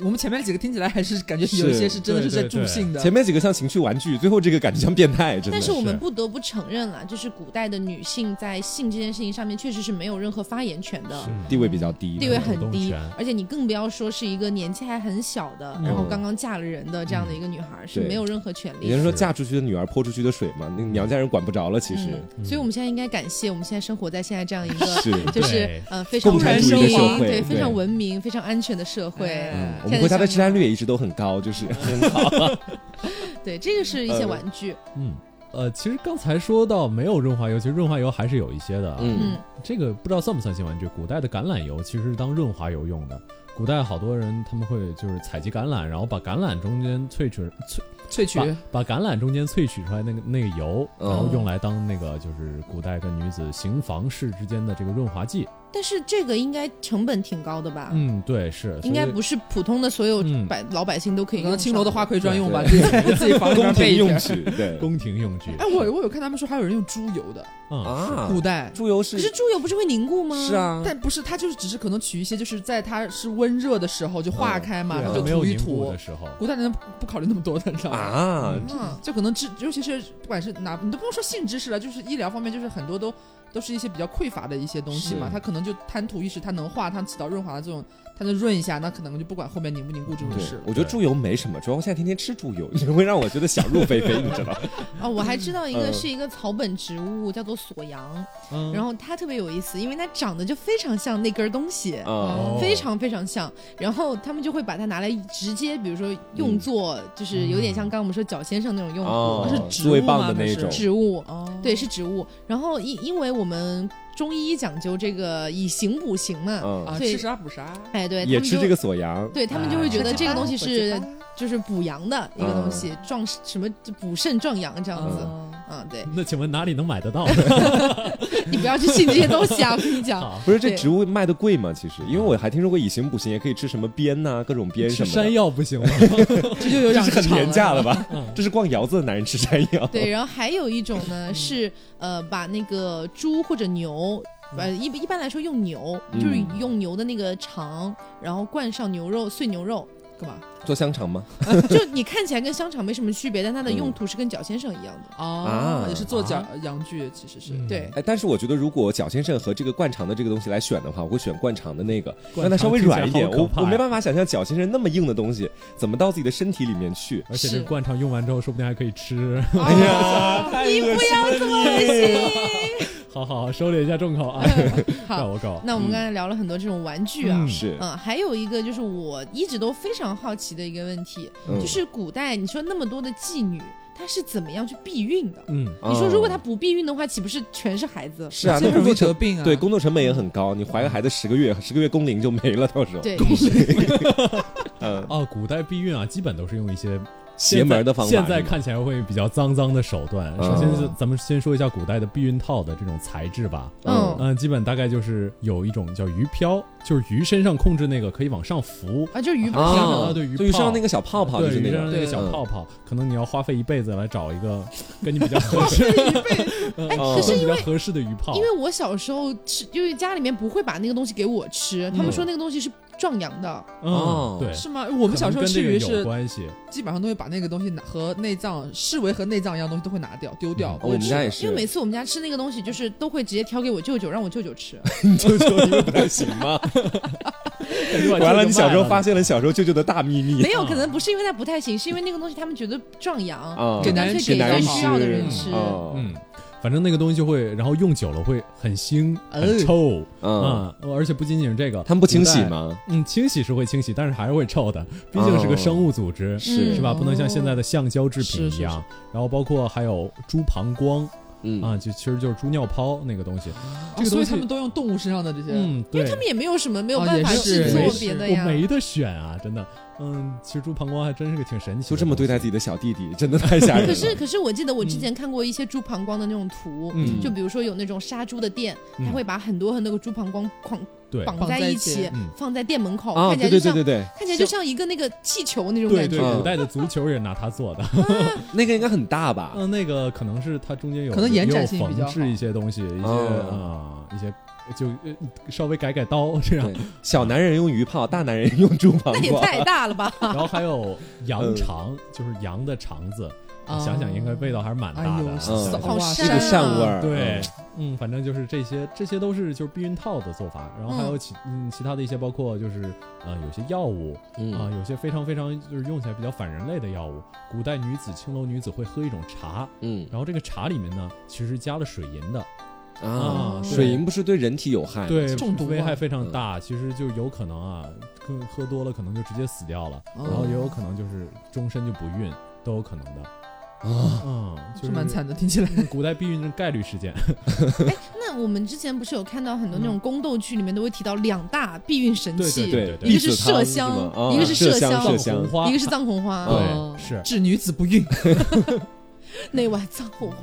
Speaker 3: 我们前面几个听起来还是感觉有一些是真的是在助兴的，
Speaker 2: 前面几个像情趣玩具，最后这个感觉像变态，真的。
Speaker 1: 但是我们
Speaker 4: 是
Speaker 1: 不得不承认啊，就是古代的女性在性这件事情上面确实是没有任何发言权的
Speaker 4: 是，
Speaker 2: 地位比较低，
Speaker 1: 地位
Speaker 4: 主
Speaker 1: 很
Speaker 4: 动
Speaker 1: 低
Speaker 4: 权，
Speaker 1: 而且你更不要说是一个年纪还很小的，
Speaker 4: 嗯
Speaker 1: 然后刚刚嫁了人的这样的一个女孩是
Speaker 2: 对
Speaker 1: 没有任何权利
Speaker 2: 有人说嫁出去的女儿泼出去的水嘛，那娘家人管不着了，其实。
Speaker 1: 嗯，所以我们现在应该感谢我们现在生活在现在这样一个
Speaker 2: 是，
Speaker 1: 就是
Speaker 4: 对
Speaker 1: 呃非常
Speaker 2: 共
Speaker 3: 产
Speaker 1: 文
Speaker 3: 主义的
Speaker 1: 明
Speaker 3: 社会
Speaker 1: 对
Speaker 2: 对
Speaker 1: 非常文明、非常安全的社会。
Speaker 3: 哎
Speaker 2: 我们国家的治安率也一直都很高，就是很好。
Speaker 1: 对，这个是一些玩具，
Speaker 4: 嗯。呃，其实刚才说到没有润滑油，其实润滑油还是有一些的啊。
Speaker 2: 嗯
Speaker 1: 嗯，
Speaker 4: 这个不知道算不算新玩具？古代的橄榄油其实是当润滑油用的。古代好多人他们会就是采集橄榄，然后把橄榄中间萃取萃
Speaker 3: 萃取
Speaker 4: 把把橄榄中间萃取出来那个那个油，
Speaker 2: 嗯
Speaker 4: 然后用来当那个就是古代跟女子行房事之间的这个润滑剂。
Speaker 1: 但是这个应该成本挺高的吧？
Speaker 4: 嗯，对，是，
Speaker 1: 应该
Speaker 4: 所以
Speaker 1: 不是普通的所有
Speaker 4: 嗯
Speaker 1: 百、老百姓都可以
Speaker 3: 可
Speaker 1: 用
Speaker 3: 能
Speaker 1: 上。
Speaker 3: 青楼的花魁专用吧，自
Speaker 2: 对
Speaker 3: 己自己房里面
Speaker 2: 宫廷
Speaker 3: 备一瓶
Speaker 2: 用。具，对
Speaker 4: 宫廷用具。
Speaker 3: 哎，我我有看他们说还有人用猪油的，
Speaker 4: 啊，是
Speaker 2: 啊，
Speaker 3: 古代，
Speaker 2: 猪油
Speaker 1: 可
Speaker 2: 是
Speaker 1: 是猪油不是会凝固吗？
Speaker 2: 是，啊，
Speaker 3: 但不是，它就是只是可能取一些，就是在它是温热的时候就化
Speaker 2: 哦
Speaker 3: 开嘛，
Speaker 4: 对
Speaker 3: 然
Speaker 4: 啊
Speaker 3: 后就
Speaker 4: 没有
Speaker 3: 涂一
Speaker 4: 凝固
Speaker 3: 涂
Speaker 4: 的。时候，
Speaker 3: 古代人不考虑那么多的，你知道吧？
Speaker 2: 啊，
Speaker 1: 嗯，
Speaker 3: 就可能知，尤其是不管是哪，你都不用说性知识了，就是医疗方面，就是很多都都是一些比较匮乏的一些东西嘛。
Speaker 2: 是
Speaker 3: 它可能就贪图一时，它能化，它起到润滑的作用，它就润一下，那可能就不管后面凝不凝固这种
Speaker 2: 对
Speaker 3: 事，。
Speaker 2: 我觉得猪油没什么，主要我现在天天吃猪油，你会让我觉得想入非非，你知道？
Speaker 1: 哦，我还知道一
Speaker 2: 嗯
Speaker 1: 个是一个草本植物，叫做锁阳，
Speaker 4: 嗯
Speaker 1: 然后它特别有意思，因为它长得就非常像那根儿东西。
Speaker 2: 啊，
Speaker 4: 哦
Speaker 1: 非常非常像，然后他们就会把它拿来直接，比如说用作，就是有点像刚刚我们说脚先生那种用途，
Speaker 2: 哦
Speaker 1: 是
Speaker 3: 是植
Speaker 2: 最
Speaker 3: 物
Speaker 2: 棒
Speaker 3: 吗
Speaker 2: 的
Speaker 3: 它
Speaker 2: 那一
Speaker 3: 是
Speaker 2: 种，
Speaker 1: 植物，
Speaker 3: 哦，
Speaker 1: 对，是植物。然后因因为我们中医讲究这个以形补形嘛，
Speaker 2: 嗯，
Speaker 3: 啊，
Speaker 1: 对
Speaker 3: 吃啥补啥，
Speaker 1: 哎，对，
Speaker 2: 也
Speaker 1: 他们
Speaker 2: 吃
Speaker 1: 就
Speaker 2: 这个哎锁阳，
Speaker 1: 对他们就会觉得
Speaker 4: 啊
Speaker 1: 这个东西是
Speaker 3: 火鸡巴
Speaker 1: 就是补阳的一个东
Speaker 2: 嗯
Speaker 1: 西，壮什么补肾壮阳这样子。嗯
Speaker 3: 嗯
Speaker 1: 对
Speaker 4: 那请问哪里能买得到呢？
Speaker 1: 你不要去信这些东西啊！我跟你讲，
Speaker 4: 啊
Speaker 2: 不是这
Speaker 1: 对
Speaker 2: 植物卖的贵吗？其实，因为我还听说过以形补形，也可以吃什么鞭呐、各种鞭什
Speaker 4: 吃
Speaker 2: 么的
Speaker 4: 山，药不 行吗？
Speaker 3: 这就
Speaker 2: 这
Speaker 3: 有点
Speaker 2: 是很廉价了吧
Speaker 4: 嗯？
Speaker 2: 这是逛窑子的男人吃山药。
Speaker 1: 对，然后还有一种呢是呃，把那个猪或者牛。呃，一一般来说用牛，
Speaker 2: 嗯
Speaker 1: 就是用牛的那个肠，然后灌上牛肉碎牛肉，
Speaker 3: 干嘛？
Speaker 2: 做香肠吗？
Speaker 1: 就你看起来跟香肠没什么区别，但它的用途是跟脚先生一样的。
Speaker 3: 哦
Speaker 2: 啊，
Speaker 3: 也是做假阳具，其实是
Speaker 4: 嗯
Speaker 1: 对，
Speaker 2: 哎，但是我觉得如果脚先生和这个灌肠的这个东西来选的话，我会选灌肠的那个，
Speaker 4: 灌肠
Speaker 2: 让它稍微软一点。
Speaker 4: 听起来好
Speaker 2: 我
Speaker 4: 可怕
Speaker 2: 我
Speaker 4: 呀
Speaker 2: 没办法想象脚先生那么硬的东西怎么到自己的身体里面去。
Speaker 4: 而且
Speaker 1: 是
Speaker 4: 这灌肠用完之后，说不定还可以吃。
Speaker 2: 哎呀，太
Speaker 1: 你
Speaker 2: 恶
Speaker 1: 不
Speaker 2: 心
Speaker 1: 要这么恶心。
Speaker 4: 好好好收敛一下众口 啊，怪
Speaker 1: 好，
Speaker 4: 我狗。
Speaker 1: 那我们刚
Speaker 2: 嗯
Speaker 1: 才聊了很多这种玩具啊
Speaker 4: 嗯，
Speaker 2: 是，
Speaker 1: 嗯，还有一个就是我一直都非常好奇的一个问题，
Speaker 2: 嗯
Speaker 1: 就是古代你说那么多的妓女，她是怎么样去避孕的？
Speaker 4: 嗯，
Speaker 1: 你说如果她
Speaker 2: 哦
Speaker 1: 不避孕的话，岂不是全是孩子？
Speaker 2: 是啊，
Speaker 3: 这
Speaker 2: 那
Speaker 3: 很容
Speaker 2: 工
Speaker 3: 易
Speaker 2: 作
Speaker 3: 得
Speaker 2: 成
Speaker 3: 病啊。
Speaker 2: 对工作成本也很高，你怀个孩子十个月，十个月工龄就没了，到时候。
Speaker 1: 对，
Speaker 2: 嗯，
Speaker 4: 哦，古代避孕啊，基本都是用一些
Speaker 2: 邪门的方法。哦
Speaker 4: 现在看起来会比较脏脏的手段。首先是
Speaker 3: 嗯
Speaker 4: 咱们先说一下古代的避孕套的这种材质吧。
Speaker 2: 嗯
Speaker 1: 嗯
Speaker 4: 嗯，基本大概就是有一种叫鱼漂，就是鱼身上控制那个可以往上浮，
Speaker 1: 啊，就是鱼
Speaker 2: 是
Speaker 1: 吧
Speaker 2: 吗啊，
Speaker 4: 啊对鱼
Speaker 2: 就鱼上
Speaker 4: 泡
Speaker 2: 那个小泡泡，就
Speaker 4: 对，
Speaker 2: 是那
Speaker 4: 鱼身上
Speaker 2: 个。
Speaker 4: 那个小
Speaker 2: 嗯
Speaker 4: 泡泡，可能你要花费一辈子来找一个跟你比较合适，嗯
Speaker 1: 哎
Speaker 2: 可是
Speaker 4: 跟你
Speaker 1: 因
Speaker 4: 比较
Speaker 1: 为
Speaker 4: 合适的鱼泡
Speaker 1: 因。为我小时候吃，因为家里面不会把那个东西给我吃，他们说那个东西是壮阳的，
Speaker 4: 嗯
Speaker 2: 哦，
Speaker 4: 对，
Speaker 3: 是吗？哎我
Speaker 4: 我
Speaker 3: 们小时候吃鱼
Speaker 4: 有
Speaker 3: 是
Speaker 4: 关系，
Speaker 3: 基本上都会把那个东西拿和内脏视为和内脏一样的东西都会拿掉丢掉
Speaker 2: 哦
Speaker 4: 嗯。
Speaker 2: 我们家也
Speaker 1: 因为每
Speaker 2: 是，
Speaker 1: 次我们家吃那个东西，就是都会直接挑给我舅舅，让我舅舅吃。
Speaker 2: 你舅舅因 为不太行吗？完了，你小时候发现了小时候舅舅的大秘密
Speaker 1: 没有，可能不是因为它不太行，是因为那个东西他们觉得壮阳，
Speaker 2: 啊！
Speaker 3: 给
Speaker 1: 就
Speaker 3: 男
Speaker 1: 干
Speaker 3: 人
Speaker 1: 脆
Speaker 3: 吃
Speaker 1: 给
Speaker 3: 给男人
Speaker 1: 需要的人
Speaker 4: 吃
Speaker 1: 吃。
Speaker 2: 哦
Speaker 4: 嗯，反正那个东西就会，然后用久了会很腥、很
Speaker 3: 哎
Speaker 4: 臭
Speaker 2: 嗯，
Speaker 4: 啊、而且不仅仅是这个，
Speaker 2: 他们不清洗
Speaker 4: 古代？
Speaker 2: 吗？
Speaker 4: 嗯，清洗是会清洗，但是还是会臭的，毕竟
Speaker 2: 哦
Speaker 4: 是个生物组织，
Speaker 1: 是
Speaker 4: 是吧？不能像现在的橡胶制
Speaker 3: 是
Speaker 4: 品
Speaker 3: 是
Speaker 4: 一样。然后包括还有猪膀胱
Speaker 2: 嗯
Speaker 4: 啊，就其实就是猪尿泡那个东西。这
Speaker 3: 哦
Speaker 4: 个
Speaker 3: 所
Speaker 4: 东
Speaker 3: 以
Speaker 4: 西
Speaker 3: 他们都用动物身上的这些。
Speaker 4: 嗯，对，
Speaker 1: 他们也没有什么没有
Speaker 3: 哦
Speaker 1: 办法
Speaker 3: 也
Speaker 1: 去
Speaker 3: 是
Speaker 1: 做
Speaker 4: 没
Speaker 1: 别的
Speaker 4: 我
Speaker 1: 呀。
Speaker 4: 没得选啊，真的。嗯，其实猪膀胱还真是个挺神奇的东西。
Speaker 2: 就这么对待自己的小弟弟，真的太吓人了。
Speaker 4: 嗯
Speaker 1: 可是可是我记得我之
Speaker 3: 嗯
Speaker 1: 前看过一些猪膀胱的那种图，
Speaker 4: 嗯
Speaker 1: 就比如说有那种杀猪的店，
Speaker 4: 嗯
Speaker 1: 他会把很多很多个猪膀胱框
Speaker 4: 对
Speaker 1: 绑
Speaker 3: 绑
Speaker 1: 在
Speaker 3: 在
Speaker 1: 一
Speaker 3: 一起
Speaker 1: 起
Speaker 4: 嗯，
Speaker 1: 放在店门口，
Speaker 2: 啊，
Speaker 1: 看起
Speaker 2: 对
Speaker 1: 来就
Speaker 2: 对
Speaker 1: 像
Speaker 2: 对对对，
Speaker 1: 看起来就像一个那个气球那种
Speaker 4: 对
Speaker 1: 感觉
Speaker 4: 对，。
Speaker 2: 嗯
Speaker 4: 古代的足球也拿它做的。
Speaker 2: 那个应该很大吧？
Speaker 4: 嗯，那个可能是它中间有
Speaker 3: 可能延展性
Speaker 4: 也有
Speaker 3: 比较
Speaker 4: 缝
Speaker 3: 好
Speaker 4: 制一些东西，一些
Speaker 2: 哦
Speaker 4: 啊一些就呃稍微改改刀这样
Speaker 2: 对，小男人用鱼泡，大男人用猪膀
Speaker 1: 那也
Speaker 2: 胱。
Speaker 1: 太大了吧！
Speaker 4: 然后还有羊
Speaker 3: 嗯
Speaker 4: 肠，就是羊的肠子，
Speaker 3: 啊
Speaker 4: 想想应该味道还是蛮
Speaker 3: 哎
Speaker 4: 大
Speaker 3: 呦
Speaker 4: 的，。
Speaker 2: 嗯
Speaker 3: 骚哇
Speaker 1: 是
Speaker 2: 那
Speaker 1: 啊
Speaker 2: 个膻味儿，
Speaker 4: 对，嗯，反正就是这些，这些都是就是避孕套的做法，然后还有其嗯其他的一些，包括就是呃有些药物
Speaker 2: 嗯，
Speaker 4: 啊、
Speaker 2: 嗯，
Speaker 4: 有些非常非常就是用起来比较反人类的药物。古代女子青楼女子会喝一种茶，
Speaker 2: 嗯
Speaker 4: 然后这个茶里面呢其实加了水银的，
Speaker 2: 啊
Speaker 4: 啊，
Speaker 2: 水银不是对人体有害吗？
Speaker 4: 对，
Speaker 3: 中毒啊
Speaker 4: 危害非常大，其实就有可能啊，喝喝多了可能就直接死掉了，
Speaker 3: 哦
Speaker 4: 然后也有可能就是终身就不孕，都有可能的。
Speaker 2: 啊，
Speaker 4: 嗯，就是
Speaker 3: 是蛮惨的，听起来。
Speaker 4: 古代避孕的概率事件，
Speaker 1: 哎，那我们之前不是有看到很多那种宫斗剧里面都会提到两大避孕神器，
Speaker 4: 对对对
Speaker 1: 一个是
Speaker 2: 避子汤
Speaker 1: 麝
Speaker 2: 是吗
Speaker 1: 香，
Speaker 2: 啊
Speaker 1: 一个是麝
Speaker 2: 麝香
Speaker 1: 香
Speaker 2: 麝
Speaker 4: 放
Speaker 2: 香
Speaker 4: 红 花
Speaker 1: 一个是藏红花。
Speaker 2: 啊
Speaker 4: 对是
Speaker 3: 治女子不孕，
Speaker 1: 那碗藏红花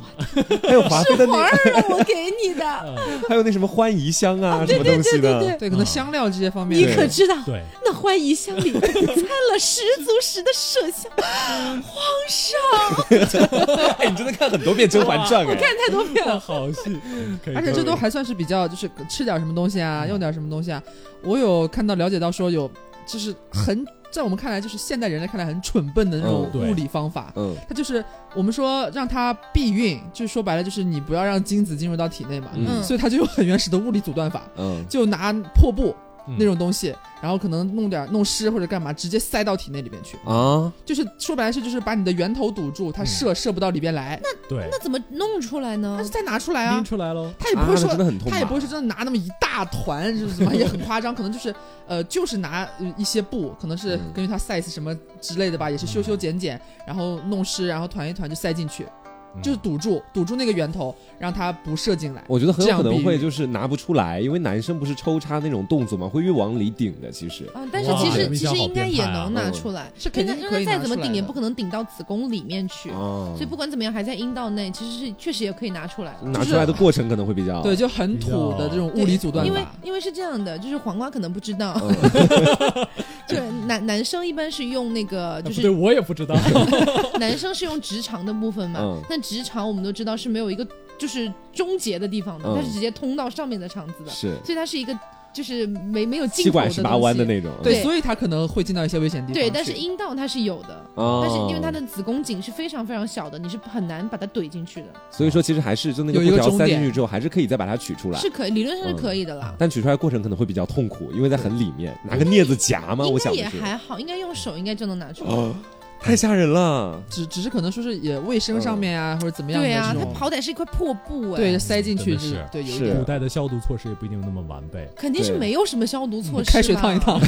Speaker 2: 还有华妃的
Speaker 1: 是皇
Speaker 2: 那，
Speaker 1: 儿让我给你的，
Speaker 4: 嗯
Speaker 2: 还有那什么欢宜香 啊，什
Speaker 1: 对
Speaker 2: 么
Speaker 1: 对
Speaker 2: 东西
Speaker 1: 对
Speaker 2: 的，
Speaker 1: 对对，
Speaker 3: 对，可能香料这些方面，
Speaker 1: 你可知道
Speaker 4: 对，
Speaker 1: 那欢宜香里掺了十足十的麝 香，皇上，
Speaker 2: 哎，你真的看很多遍《甄嬛传》
Speaker 1: 我
Speaker 2: 哎，
Speaker 1: 看太多遍了。
Speaker 4: 好戏，嗯可以
Speaker 3: 而且这
Speaker 4: 可以
Speaker 3: 都还算是比较，就是吃点什么东西啊，
Speaker 4: 嗯
Speaker 3: 用点什么东西啊。我有看到了解到说有，就是很在我们看来就是现代人来看来很蠢笨的那种
Speaker 2: 嗯
Speaker 4: 对
Speaker 3: 物理方法。
Speaker 2: 嗯，
Speaker 3: 它就是我们说让它避孕，就是说白了就是你不要让精子进入到体内嘛，
Speaker 1: 嗯
Speaker 3: 所以它就有很原始的物理阻断法，
Speaker 2: 嗯，
Speaker 3: 就拿破布
Speaker 4: 嗯
Speaker 3: 那种东西，然后可能弄点弄湿或者干嘛，直接塞到体内里边去，
Speaker 2: 啊，
Speaker 3: 就是说白了是就是把你的源头堵住，它
Speaker 4: 嗯
Speaker 3: 射、射不到里边来，
Speaker 4: 对
Speaker 1: 那怎么弄出来
Speaker 3: 但
Speaker 1: 呢
Speaker 3: 是？再拿出来啊
Speaker 4: 拎，出来喽。
Speaker 3: 他也不会
Speaker 2: 啊
Speaker 3: 说
Speaker 2: 那真的很痛吧
Speaker 3: 他也不会说真的拿那么一大团，就是什么 也很夸张，可能就是呃，就是拿呃一些布，可能是
Speaker 2: 嗯
Speaker 3: 根据它 size 什么之类的吧，也是修修剪剪，然后弄湿，然后团一团就塞进去，就是
Speaker 4: 嗯
Speaker 3: 堵住堵住那个源头，让它不射进来。
Speaker 2: 我觉得很有可
Speaker 3: 这样
Speaker 2: 能
Speaker 3: 比喻
Speaker 2: 会就是拿不出来，因为男生不是抽插那种动作嘛，会越往里顶的。其实
Speaker 1: 啊，但是其
Speaker 2: 哇
Speaker 1: 实其
Speaker 4: 这
Speaker 1: 实
Speaker 4: 个
Speaker 1: 应该也能拿
Speaker 2: 嗯
Speaker 1: 出来，
Speaker 3: 是
Speaker 1: 因为
Speaker 3: 肯
Speaker 1: 它
Speaker 3: 定
Speaker 1: 因
Speaker 3: 可
Speaker 1: 为
Speaker 3: 以
Speaker 1: 再
Speaker 3: 拿
Speaker 1: 怎么
Speaker 3: 出来
Speaker 1: 顶也
Speaker 3: 的
Speaker 1: 不可能顶到子宫里面去，
Speaker 2: 哦
Speaker 1: 嗯所以不管怎么样还在阴道内，其实是确实也可以拿出来了。
Speaker 2: 拿出来的过程可能会比较
Speaker 3: 对，，就很土的这种物理阻断
Speaker 1: 因为
Speaker 3: 法。
Speaker 1: 因为是这样的，就是黄瓜可能不知道，
Speaker 2: 嗯
Speaker 1: 就是男男生一般是用那个，就
Speaker 4: 啊不对
Speaker 1: 是
Speaker 4: 我也不知道，
Speaker 1: 男生是用直肠的部分嘛
Speaker 2: 嗯，
Speaker 1: 但直肠我们都知道是没有一个就是终结的地方的，
Speaker 2: 嗯
Speaker 1: 它是直接通到上面的肠子的，
Speaker 2: 是
Speaker 1: 所以它是一个就是没没有尽
Speaker 2: 气
Speaker 1: 头的
Speaker 2: 管
Speaker 1: 东西
Speaker 2: 十八弯的那种，
Speaker 1: 对
Speaker 3: 所以它可能会进到一些危险地方去。
Speaker 1: 对，但是阴道它是有的。
Speaker 2: 哦
Speaker 1: 但是因为它的子宫颈是非常非常小的，你是很难把它怼进去的，
Speaker 2: 所以说其实还是就那个
Speaker 3: 有一
Speaker 2: 布
Speaker 3: 个
Speaker 2: 条
Speaker 3: 终
Speaker 2: 塞进
Speaker 3: 点
Speaker 2: 去之后，还是可以再把它取出来
Speaker 1: 是。可以理论上是
Speaker 2: 嗯
Speaker 1: 可以的啦。
Speaker 2: 但取出来过程可能会比较痛苦，因为在很里面，拿个镊子夹吗？
Speaker 1: 应
Speaker 2: 我
Speaker 1: 该
Speaker 2: 想的
Speaker 1: 也
Speaker 2: 是，
Speaker 1: 还好，应该用手应该就能拿出来。
Speaker 2: 哦，太吓人了。
Speaker 3: 只只是可能说是也卫生上面啊，或者怎么样的
Speaker 1: 对啊，
Speaker 3: 这
Speaker 1: 它
Speaker 3: 种，
Speaker 1: 好歹是一块破布哎，
Speaker 3: 对，塞进去
Speaker 4: 真的是
Speaker 3: 对，有一
Speaker 2: 是
Speaker 3: 点
Speaker 4: 古代的消毒措施也不一定那么完备。
Speaker 1: 肯定是
Speaker 2: 对
Speaker 1: 没有什么消毒措施吧。啊
Speaker 3: 嗯开水烫一烫，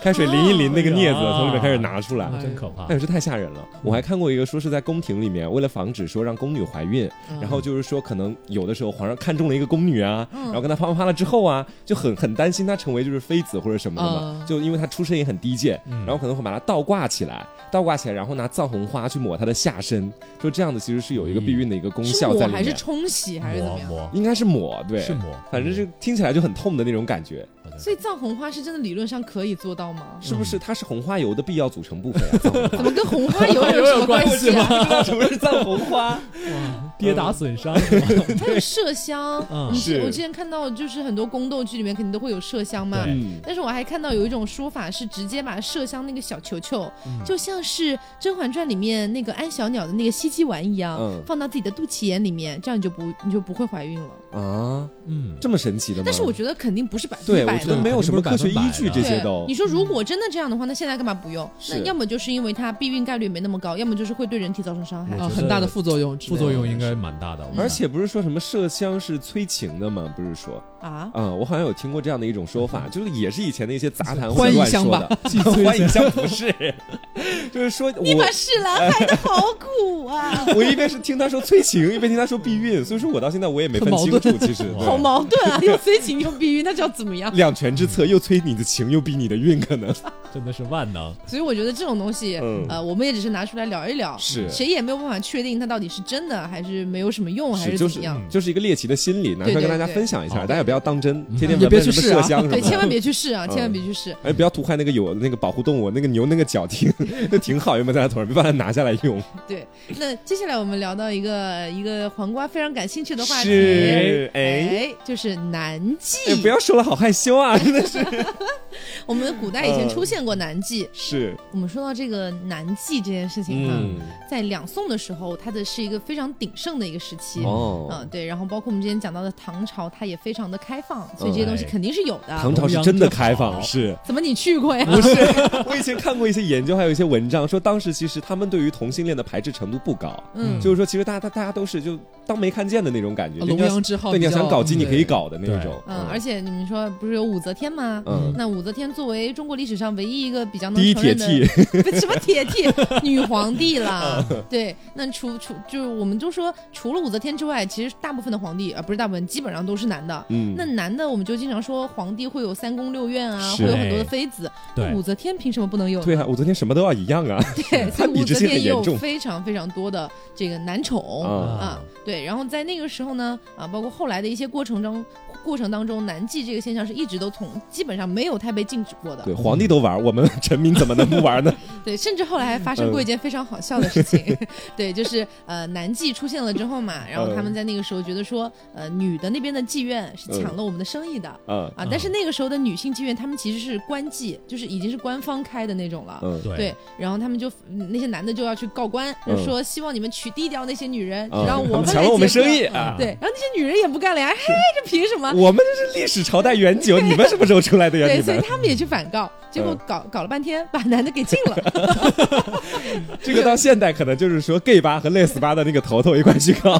Speaker 2: 开水淋一淋那个镊子，
Speaker 4: 哦
Speaker 2: 从里面开始拿出来
Speaker 4: 啊，
Speaker 3: 哎
Speaker 4: 真可怕
Speaker 2: 那！也是太吓人了。我还看过一个说是在宫廷里面，为了防止说让宫女怀孕，
Speaker 3: 嗯
Speaker 2: 然后就是说可能有的时候皇上看中了一个宫女啊，
Speaker 1: 嗯
Speaker 2: 然后跟她啪啪啪了之后啊，就很很担心她成为就是妃子或者什么的嘛，
Speaker 3: 嗯
Speaker 2: 就因为她出身也很低贱，
Speaker 4: 嗯
Speaker 2: 然后可能会把她倒挂起来，倒挂起来，然后拿藏红花去抹她的下身，说这样子其实是有一个避孕的一个功
Speaker 1: 是
Speaker 2: 效在
Speaker 1: 抹
Speaker 2: 里
Speaker 1: 还是
Speaker 2: 面，
Speaker 1: 冲洗还是怎么
Speaker 4: 磨
Speaker 1: 样？
Speaker 4: 磨
Speaker 2: 应该是抹对，
Speaker 4: 是抹，嗯
Speaker 2: 反正就听起来就很痛的那种感觉，
Speaker 4: 好的
Speaker 1: 所以藏红花是真的理论上可以做到 吗？
Speaker 2: 是不是？它是红花油的必要组成部分啊， 藏红花
Speaker 1: 怎么跟红花油
Speaker 4: 有
Speaker 1: 什么
Speaker 4: 有关
Speaker 1: 系
Speaker 4: 系
Speaker 1: 啊？
Speaker 2: 不知道什么是藏红花，
Speaker 4: 跌打损伤是吧
Speaker 1: 它有麝 香，
Speaker 4: 嗯
Speaker 1: 你记
Speaker 2: 是
Speaker 1: 我之前看到就是很多宫斗剧里面肯定都会有麝香嘛
Speaker 4: 对。
Speaker 2: 嗯，
Speaker 1: 但是我还看到有一种说法是直接把麝香那个小球球，
Speaker 4: 嗯
Speaker 1: 就像是《甄嬛传》里面那个安小鸟的那个吸鸡丸一样，
Speaker 2: 嗯
Speaker 1: 放到自己的肚脐眼里面，这样你就不你就不会怀孕了。
Speaker 2: 啊，
Speaker 4: 嗯，
Speaker 2: 这么神奇的吗？
Speaker 1: 但是我觉得肯定不是百分之
Speaker 2: 对，我
Speaker 1: 百
Speaker 2: 觉
Speaker 1: 的
Speaker 2: 得没有什么科学依据，这
Speaker 1: 对，
Speaker 2: 些哦都
Speaker 1: 你说如果真的这样的话，那现在干嘛不用？那
Speaker 2: 是
Speaker 1: 要么就是因为它避孕概率没那么高，要么就是会对人体造成伤害。
Speaker 4: 我
Speaker 3: 啊
Speaker 4: 觉
Speaker 3: 很大
Speaker 4: 得
Speaker 3: 的副作用之类
Speaker 4: 副
Speaker 3: 的，啊
Speaker 4: 作用应该蛮大的。我看
Speaker 2: 而且不是说什么麝香是催情的吗？不是说
Speaker 1: 啊，
Speaker 2: 啊、我好像有听过这样的一种说法，就是也是以前的一些杂谈
Speaker 3: 欢
Speaker 2: 会
Speaker 3: 宜
Speaker 2: 乱
Speaker 3: 香
Speaker 2: 说
Speaker 3: 吧
Speaker 2: 的， 欢宜香不是，就是说
Speaker 1: 你把
Speaker 2: 我
Speaker 1: 侍郎害得好苦 啊，
Speaker 2: 我一边是听他说催情，一边听他说避孕，所以说我到现在我也没分
Speaker 3: 很矛
Speaker 2: 清
Speaker 3: 盾
Speaker 2: 楚，其实对
Speaker 1: 好矛盾啊！又 催情又避孕，那叫怎么样？
Speaker 2: 两全之策，又催你的情，又逼你的孕，可能
Speaker 4: 真的是万能，
Speaker 1: 所以我觉得这种东西，
Speaker 2: 嗯
Speaker 1: 呃，我们也只是拿出来聊一聊，
Speaker 2: 是
Speaker 1: 谁也没有办法确定它到底是真的还是没有什么用，还
Speaker 2: 就
Speaker 1: 怎么
Speaker 2: 是
Speaker 1: 样。
Speaker 2: 就是一个猎奇的心理，拿出来跟大家分享一下，
Speaker 4: 对对对
Speaker 2: 大家也不要当真，天天
Speaker 3: 也
Speaker 2: 闻
Speaker 3: 别
Speaker 2: 闻什
Speaker 3: 去
Speaker 2: 么
Speaker 3: 试啊
Speaker 2: 麝香什么
Speaker 1: 对，
Speaker 2: 的，
Speaker 1: 千万别去试啊，千万别去试。
Speaker 2: 哎，不要涂害那个有那个保护动物，那个牛那个角挺 那挺好，原本在他头上，别把它拿下来用。
Speaker 1: 对，那接下来我们聊到一个一个黄瓜非常感兴趣的话题，
Speaker 2: 是，哎，
Speaker 1: 哎，就是南
Speaker 2: 哎，
Speaker 1: 妓
Speaker 2: 不。要说了，好害羞啊， 真的是。
Speaker 1: 我们古代以
Speaker 2: 嗯
Speaker 1: 前出现过南妓，
Speaker 2: 是，
Speaker 1: 我们说到这个南妓这件事情哈、
Speaker 2: 嗯，
Speaker 1: 在两宋的时候，它的是一个非常鼎盛的一个时期。
Speaker 2: 哦
Speaker 1: 嗯，，对，然后包括我们之前讲到的唐朝，它也非常的开放，所以这些
Speaker 2: 嗯
Speaker 1: 东西肯定是有的。
Speaker 2: 唐朝是真的开放，是。
Speaker 1: 怎么你去过呀？
Speaker 2: 不是，我以前看过一些研究，还有一些文章，说当时其实他们对于同性恋的排斥程度不高，
Speaker 1: 嗯啊
Speaker 2: 就是说其实大家大大家都是就当没看见的那种感觉。
Speaker 3: 龙
Speaker 2: 就你要
Speaker 3: 阳之后
Speaker 2: 对，
Speaker 3: 比
Speaker 2: 你
Speaker 3: 较，
Speaker 2: 要想搞基，你可以
Speaker 3: 对
Speaker 2: 搞的那
Speaker 4: 对
Speaker 2: 种。
Speaker 1: 嗯，而且你们说不是有武则天吗？
Speaker 2: 嗯，
Speaker 1: 那武则天作为中国历史上唯一一个比较能
Speaker 2: 第一
Speaker 1: 承认的
Speaker 2: 铁 嗯
Speaker 1: 不什么铁 剃女皇帝啦，对，那除除就是我们就说除了武则天之外，其实大部分的皇帝啊、呃不是大部分，基本上都是男的。
Speaker 2: 嗯，
Speaker 1: 那男的我们就经常说皇帝会有三宫六院啊，
Speaker 2: 是
Speaker 1: 会有很多的妃子。那
Speaker 4: 对
Speaker 1: 武则天凭什么不能有呢？
Speaker 2: 对啊，我昨天什么都要一样啊。
Speaker 1: 对，所以武
Speaker 2: 比之
Speaker 1: 则
Speaker 2: 前
Speaker 1: 天也有
Speaker 2: 很严重
Speaker 1: 非常非常多的这个男宠。
Speaker 2: 啊
Speaker 1: 啊，对，然后在那个时候呢，啊，包括后来的一些过程中，过程当中，男妓这个现象是一直都从基本上没有太被禁止过的，
Speaker 2: 对，皇帝都玩，我们 臣民怎么能不玩呢？
Speaker 1: 对，甚至后来还发生过一件非常好笑的事情，
Speaker 2: 嗯
Speaker 1: 对，就是呃，男妓出现了之后嘛，然后他们在那个时候觉得说，呃，女的那边的妓院是抢了我们的生意的。
Speaker 2: 嗯
Speaker 1: 啊，但是那个时候的女性妓院，她们其实是官妓，就是已经是官方开的那种了。
Speaker 2: 嗯，
Speaker 4: 对
Speaker 1: 对，然后他们就嗯那些男的就要去告官，
Speaker 2: 嗯
Speaker 1: 就说希望你们取缔掉那些女人，
Speaker 2: 嗯
Speaker 1: 然后我
Speaker 2: 他
Speaker 1: 们
Speaker 2: 们 抢了我们
Speaker 1: 来结
Speaker 2: 生
Speaker 1: 婚
Speaker 2: 意啊。
Speaker 1: 对，然后那些女人也不干了呀，嘿，这凭什么？
Speaker 2: 我们这是历史朝代远久，你们什么时候出来的呀？
Speaker 1: 对，
Speaker 2: 你
Speaker 1: 所以
Speaker 2: 们
Speaker 1: 他们也去反告，结果
Speaker 2: 嗯
Speaker 1: 搞搞了半天，把男的给禁了。
Speaker 2: 这个到现代可能就是说 gay 吧和 les 吧的那个头头一块去搞，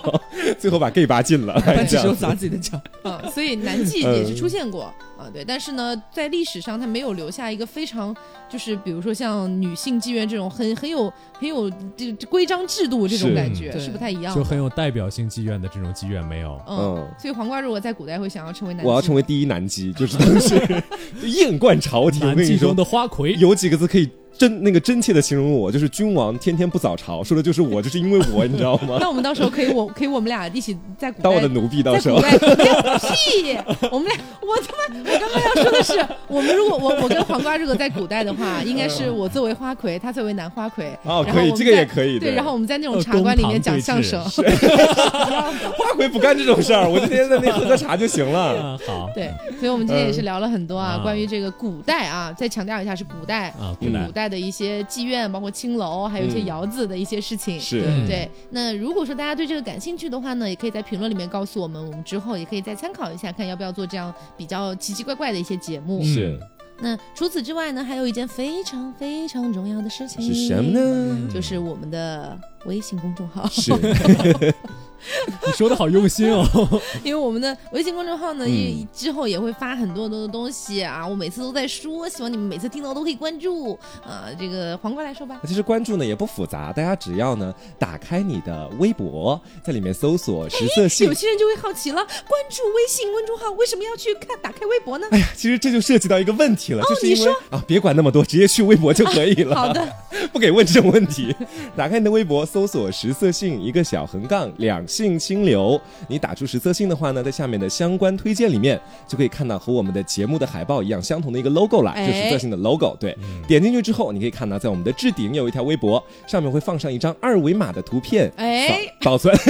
Speaker 2: 最后把 gay 吧禁了，
Speaker 3: 但
Speaker 2: 这
Speaker 3: 只
Speaker 2: 样
Speaker 3: 有
Speaker 2: 子
Speaker 3: 砸自己 的脚。
Speaker 1: 啊，所以男妓也是出
Speaker 2: 嗯
Speaker 1: 现过、啊，对，但是呢，在历史上它没有留下一个非常，就是比如说像女性妓院这种很很有很有这这规章制度这种
Speaker 2: 是
Speaker 1: 感觉
Speaker 3: 对
Speaker 1: 是不太一样
Speaker 4: 就
Speaker 1: 的，
Speaker 4: 很有代表性妓院的这种妓院没有。
Speaker 1: 嗯。
Speaker 2: 嗯
Speaker 1: 所以黄瓜如果在古代会想要成为男妓，
Speaker 2: 我要成为第一男妓，就是当时 艳冠朝廷。我
Speaker 4: 南
Speaker 2: 跟你
Speaker 4: 妓
Speaker 2: 说
Speaker 4: 中，的花魁，
Speaker 2: 有几个字可以真那个真切的形容我，就是君王天天不早朝，说的就是我，就是因为我，你知道吗？
Speaker 1: 那我们到时候可以我可以我们俩一起在古代
Speaker 2: 当我的奴婢，到时
Speaker 1: 在
Speaker 2: 候
Speaker 1: 古代没有屁！我们俩，我他妈，我刚刚要说的是，我们如果我我跟黄瓜如果在古代的话，应该是我作为花魁，他作为男花魁。
Speaker 2: 哦，
Speaker 1: 然后
Speaker 2: 可以，
Speaker 1: 我们
Speaker 2: 这个
Speaker 1: 在
Speaker 2: 也可以
Speaker 1: 对，
Speaker 2: 的。
Speaker 1: 然后我们在那种
Speaker 4: 呃
Speaker 1: 茶馆里面
Speaker 4: 公堂
Speaker 1: 讲
Speaker 4: 对
Speaker 1: 相
Speaker 4: 峙
Speaker 1: 声，
Speaker 2: 花魁不干这种事儿，我就天天在那喝喝茶就行了。
Speaker 4: 啊，好，
Speaker 1: 对，所以我们今天也是聊了很多啊，
Speaker 4: 嗯
Speaker 1: 关于这个古代啊，再强调一下是古代，
Speaker 4: 啊，
Speaker 2: 嗯
Speaker 4: 古代
Speaker 1: 古代的一些妓院，包括青楼，还有一些
Speaker 2: 嗯
Speaker 1: 窑子的一些事情。
Speaker 2: 是，
Speaker 4: 嗯
Speaker 3: 对
Speaker 1: 对，那如果说大家对这个感兴趣的话呢，也可以在评论里面告诉我们，我们之后也可以再参考一下，看要不要做这样比较奇奇怪怪的一些节目。
Speaker 2: 是
Speaker 4: 嗯
Speaker 1: 那除此之外呢，还有一件非常非常重要的事情
Speaker 2: 是什么？呢？
Speaker 1: 就是我们的微信公众 号。
Speaker 2: 是
Speaker 4: 你说的好用心哦，
Speaker 1: 因为我们的微信公众号呢，
Speaker 2: 嗯
Speaker 1: 也之后也会发很多很多的东西啊，我每次都在说，希望你们每次听到都可以关注啊、这个黄瓜来说吧，
Speaker 2: 其实关注呢也不复杂，大家只要呢打开你的微博，在里面搜索“食色性
Speaker 1: 有些人就会好奇了，关注微信公众号为什么要去看打开微博呢？
Speaker 2: 哎呀， 其实这就涉及到一个问题了，就是
Speaker 1: 哦你
Speaker 2: 因为啊，别管那么多，直接去微博就可以了。
Speaker 1: 好的，
Speaker 2: 不给问这种问题。打开你的微博，搜索“食色性”一个小横杠，两性清流。你打出“食色性”的话呢，在下面的相关推荐里面就可以看到和我们的节目的海报一样相同的一个 logo 啦，
Speaker 1: 哎嗯
Speaker 2: 就是“食色性”的 logo。对，点进去之后，你可以看到在我们的置顶有一条微博，上面会放上一张二维码的图片，
Speaker 1: 哎，
Speaker 2: 保保存。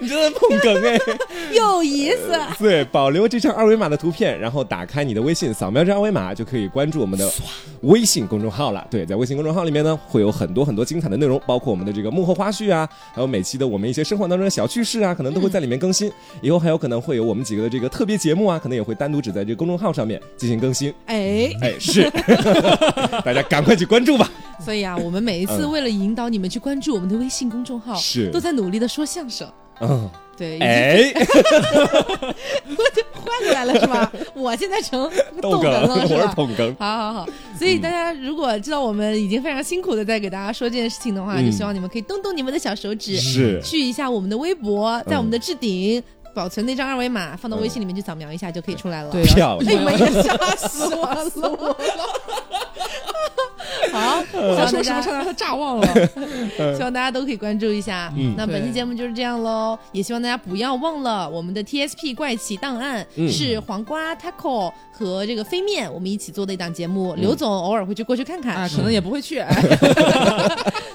Speaker 2: 你真的碰梗哎！
Speaker 1: 有意思。
Speaker 2: 对，保留这张二维码的图片，然后打开你的微信，扫描这二维码就可以关注我们的微信公众号了。对，在微信公众号里面呢，会有很多很多精彩的内容，包括我们的这个幕后花絮啊，还有每期的我们一些生活当中的小趣事啊，可能都会在里面更
Speaker 1: 嗯
Speaker 2: 新。以后还有可能会有我们几个的这个特别节目啊，可能也会单独只在这个公众号上面进行 更新。
Speaker 1: 哎，
Speaker 2: 哎，是，大家赶快去关注吧。
Speaker 1: 所以啊，我们每一次
Speaker 2: 嗯
Speaker 1: 为了引导你们去关注我们的微信公众号，
Speaker 2: 是
Speaker 1: 都在努力的说相声。
Speaker 2: 嗯，
Speaker 1: 对，已经
Speaker 2: 哎，
Speaker 1: 我就 换过来了是吧？我现在成
Speaker 2: 逗
Speaker 1: 哏
Speaker 2: 梗，
Speaker 1: 了
Speaker 2: 我
Speaker 1: 是
Speaker 2: 是
Speaker 1: 吧？
Speaker 2: 捧哏。
Speaker 1: 好好好，所以大家如果知道我们已经非常辛苦的在给大家说这件事情的话，
Speaker 2: 嗯
Speaker 1: 就希望你们可以动动你们的小手指，
Speaker 2: 是嗯
Speaker 1: 去一下我们的微博，在我们的置顶。保存那张二维码，放到微信里面去扫描一下就可以出来了。
Speaker 3: 对
Speaker 2: 漂
Speaker 1: 哎呀
Speaker 2: 亮，
Speaker 1: 妈呀，吓 死我了，死我了！呃好，
Speaker 3: 他
Speaker 1: 希望大
Speaker 3: 说什么
Speaker 1: 家嗯
Speaker 3: 事儿让他炸忘了？
Speaker 1: 希望大家都可以关注一下。
Speaker 2: 嗯
Speaker 1: 那本期
Speaker 3: 对
Speaker 1: 节目就是这样喽，也希望大家不要忘了我们的 TSP 怪奇档案、
Speaker 2: 嗯
Speaker 1: 是黄瓜 taco 和这个飞面我们一起做的一档节目，刘总偶尔会去过去看看。
Speaker 3: 啊，可能也不会去。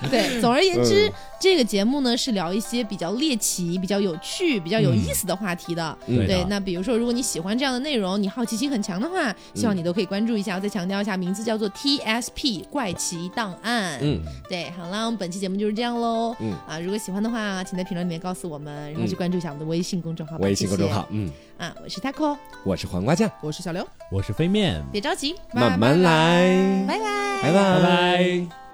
Speaker 1: 对，总而言之，
Speaker 2: 嗯
Speaker 1: 这个节目呢是聊一些比较猎奇、比较有趣、比较有意思的话题的。
Speaker 2: 嗯
Speaker 1: 对
Speaker 4: 的，
Speaker 1: 那比如说，如果你喜欢这样的内容，你好奇心很强的话，希
Speaker 2: 嗯
Speaker 1: 望你都可以关注一下。我再强调一下，名字叫做 TSP 怪奇档案。
Speaker 2: 嗯，
Speaker 1: 对，好啦，我们本期节目就是这样喽。
Speaker 2: 嗯
Speaker 1: 啊，如果喜欢的话，请在评论里面告诉我们，然后去
Speaker 2: 嗯
Speaker 1: 关注一下我们的微信公众号吧。
Speaker 2: 微信
Speaker 1: 谢
Speaker 2: 公
Speaker 1: 谢
Speaker 2: 众号，嗯，
Speaker 1: 啊，我是 taco，
Speaker 2: 我是黄瓜酱，
Speaker 3: 我是小刘，
Speaker 4: 我是飞面，
Speaker 1: 别着急，
Speaker 2: 慢慢来，
Speaker 1: 拜拜。
Speaker 2: 拜拜
Speaker 4: 拜拜。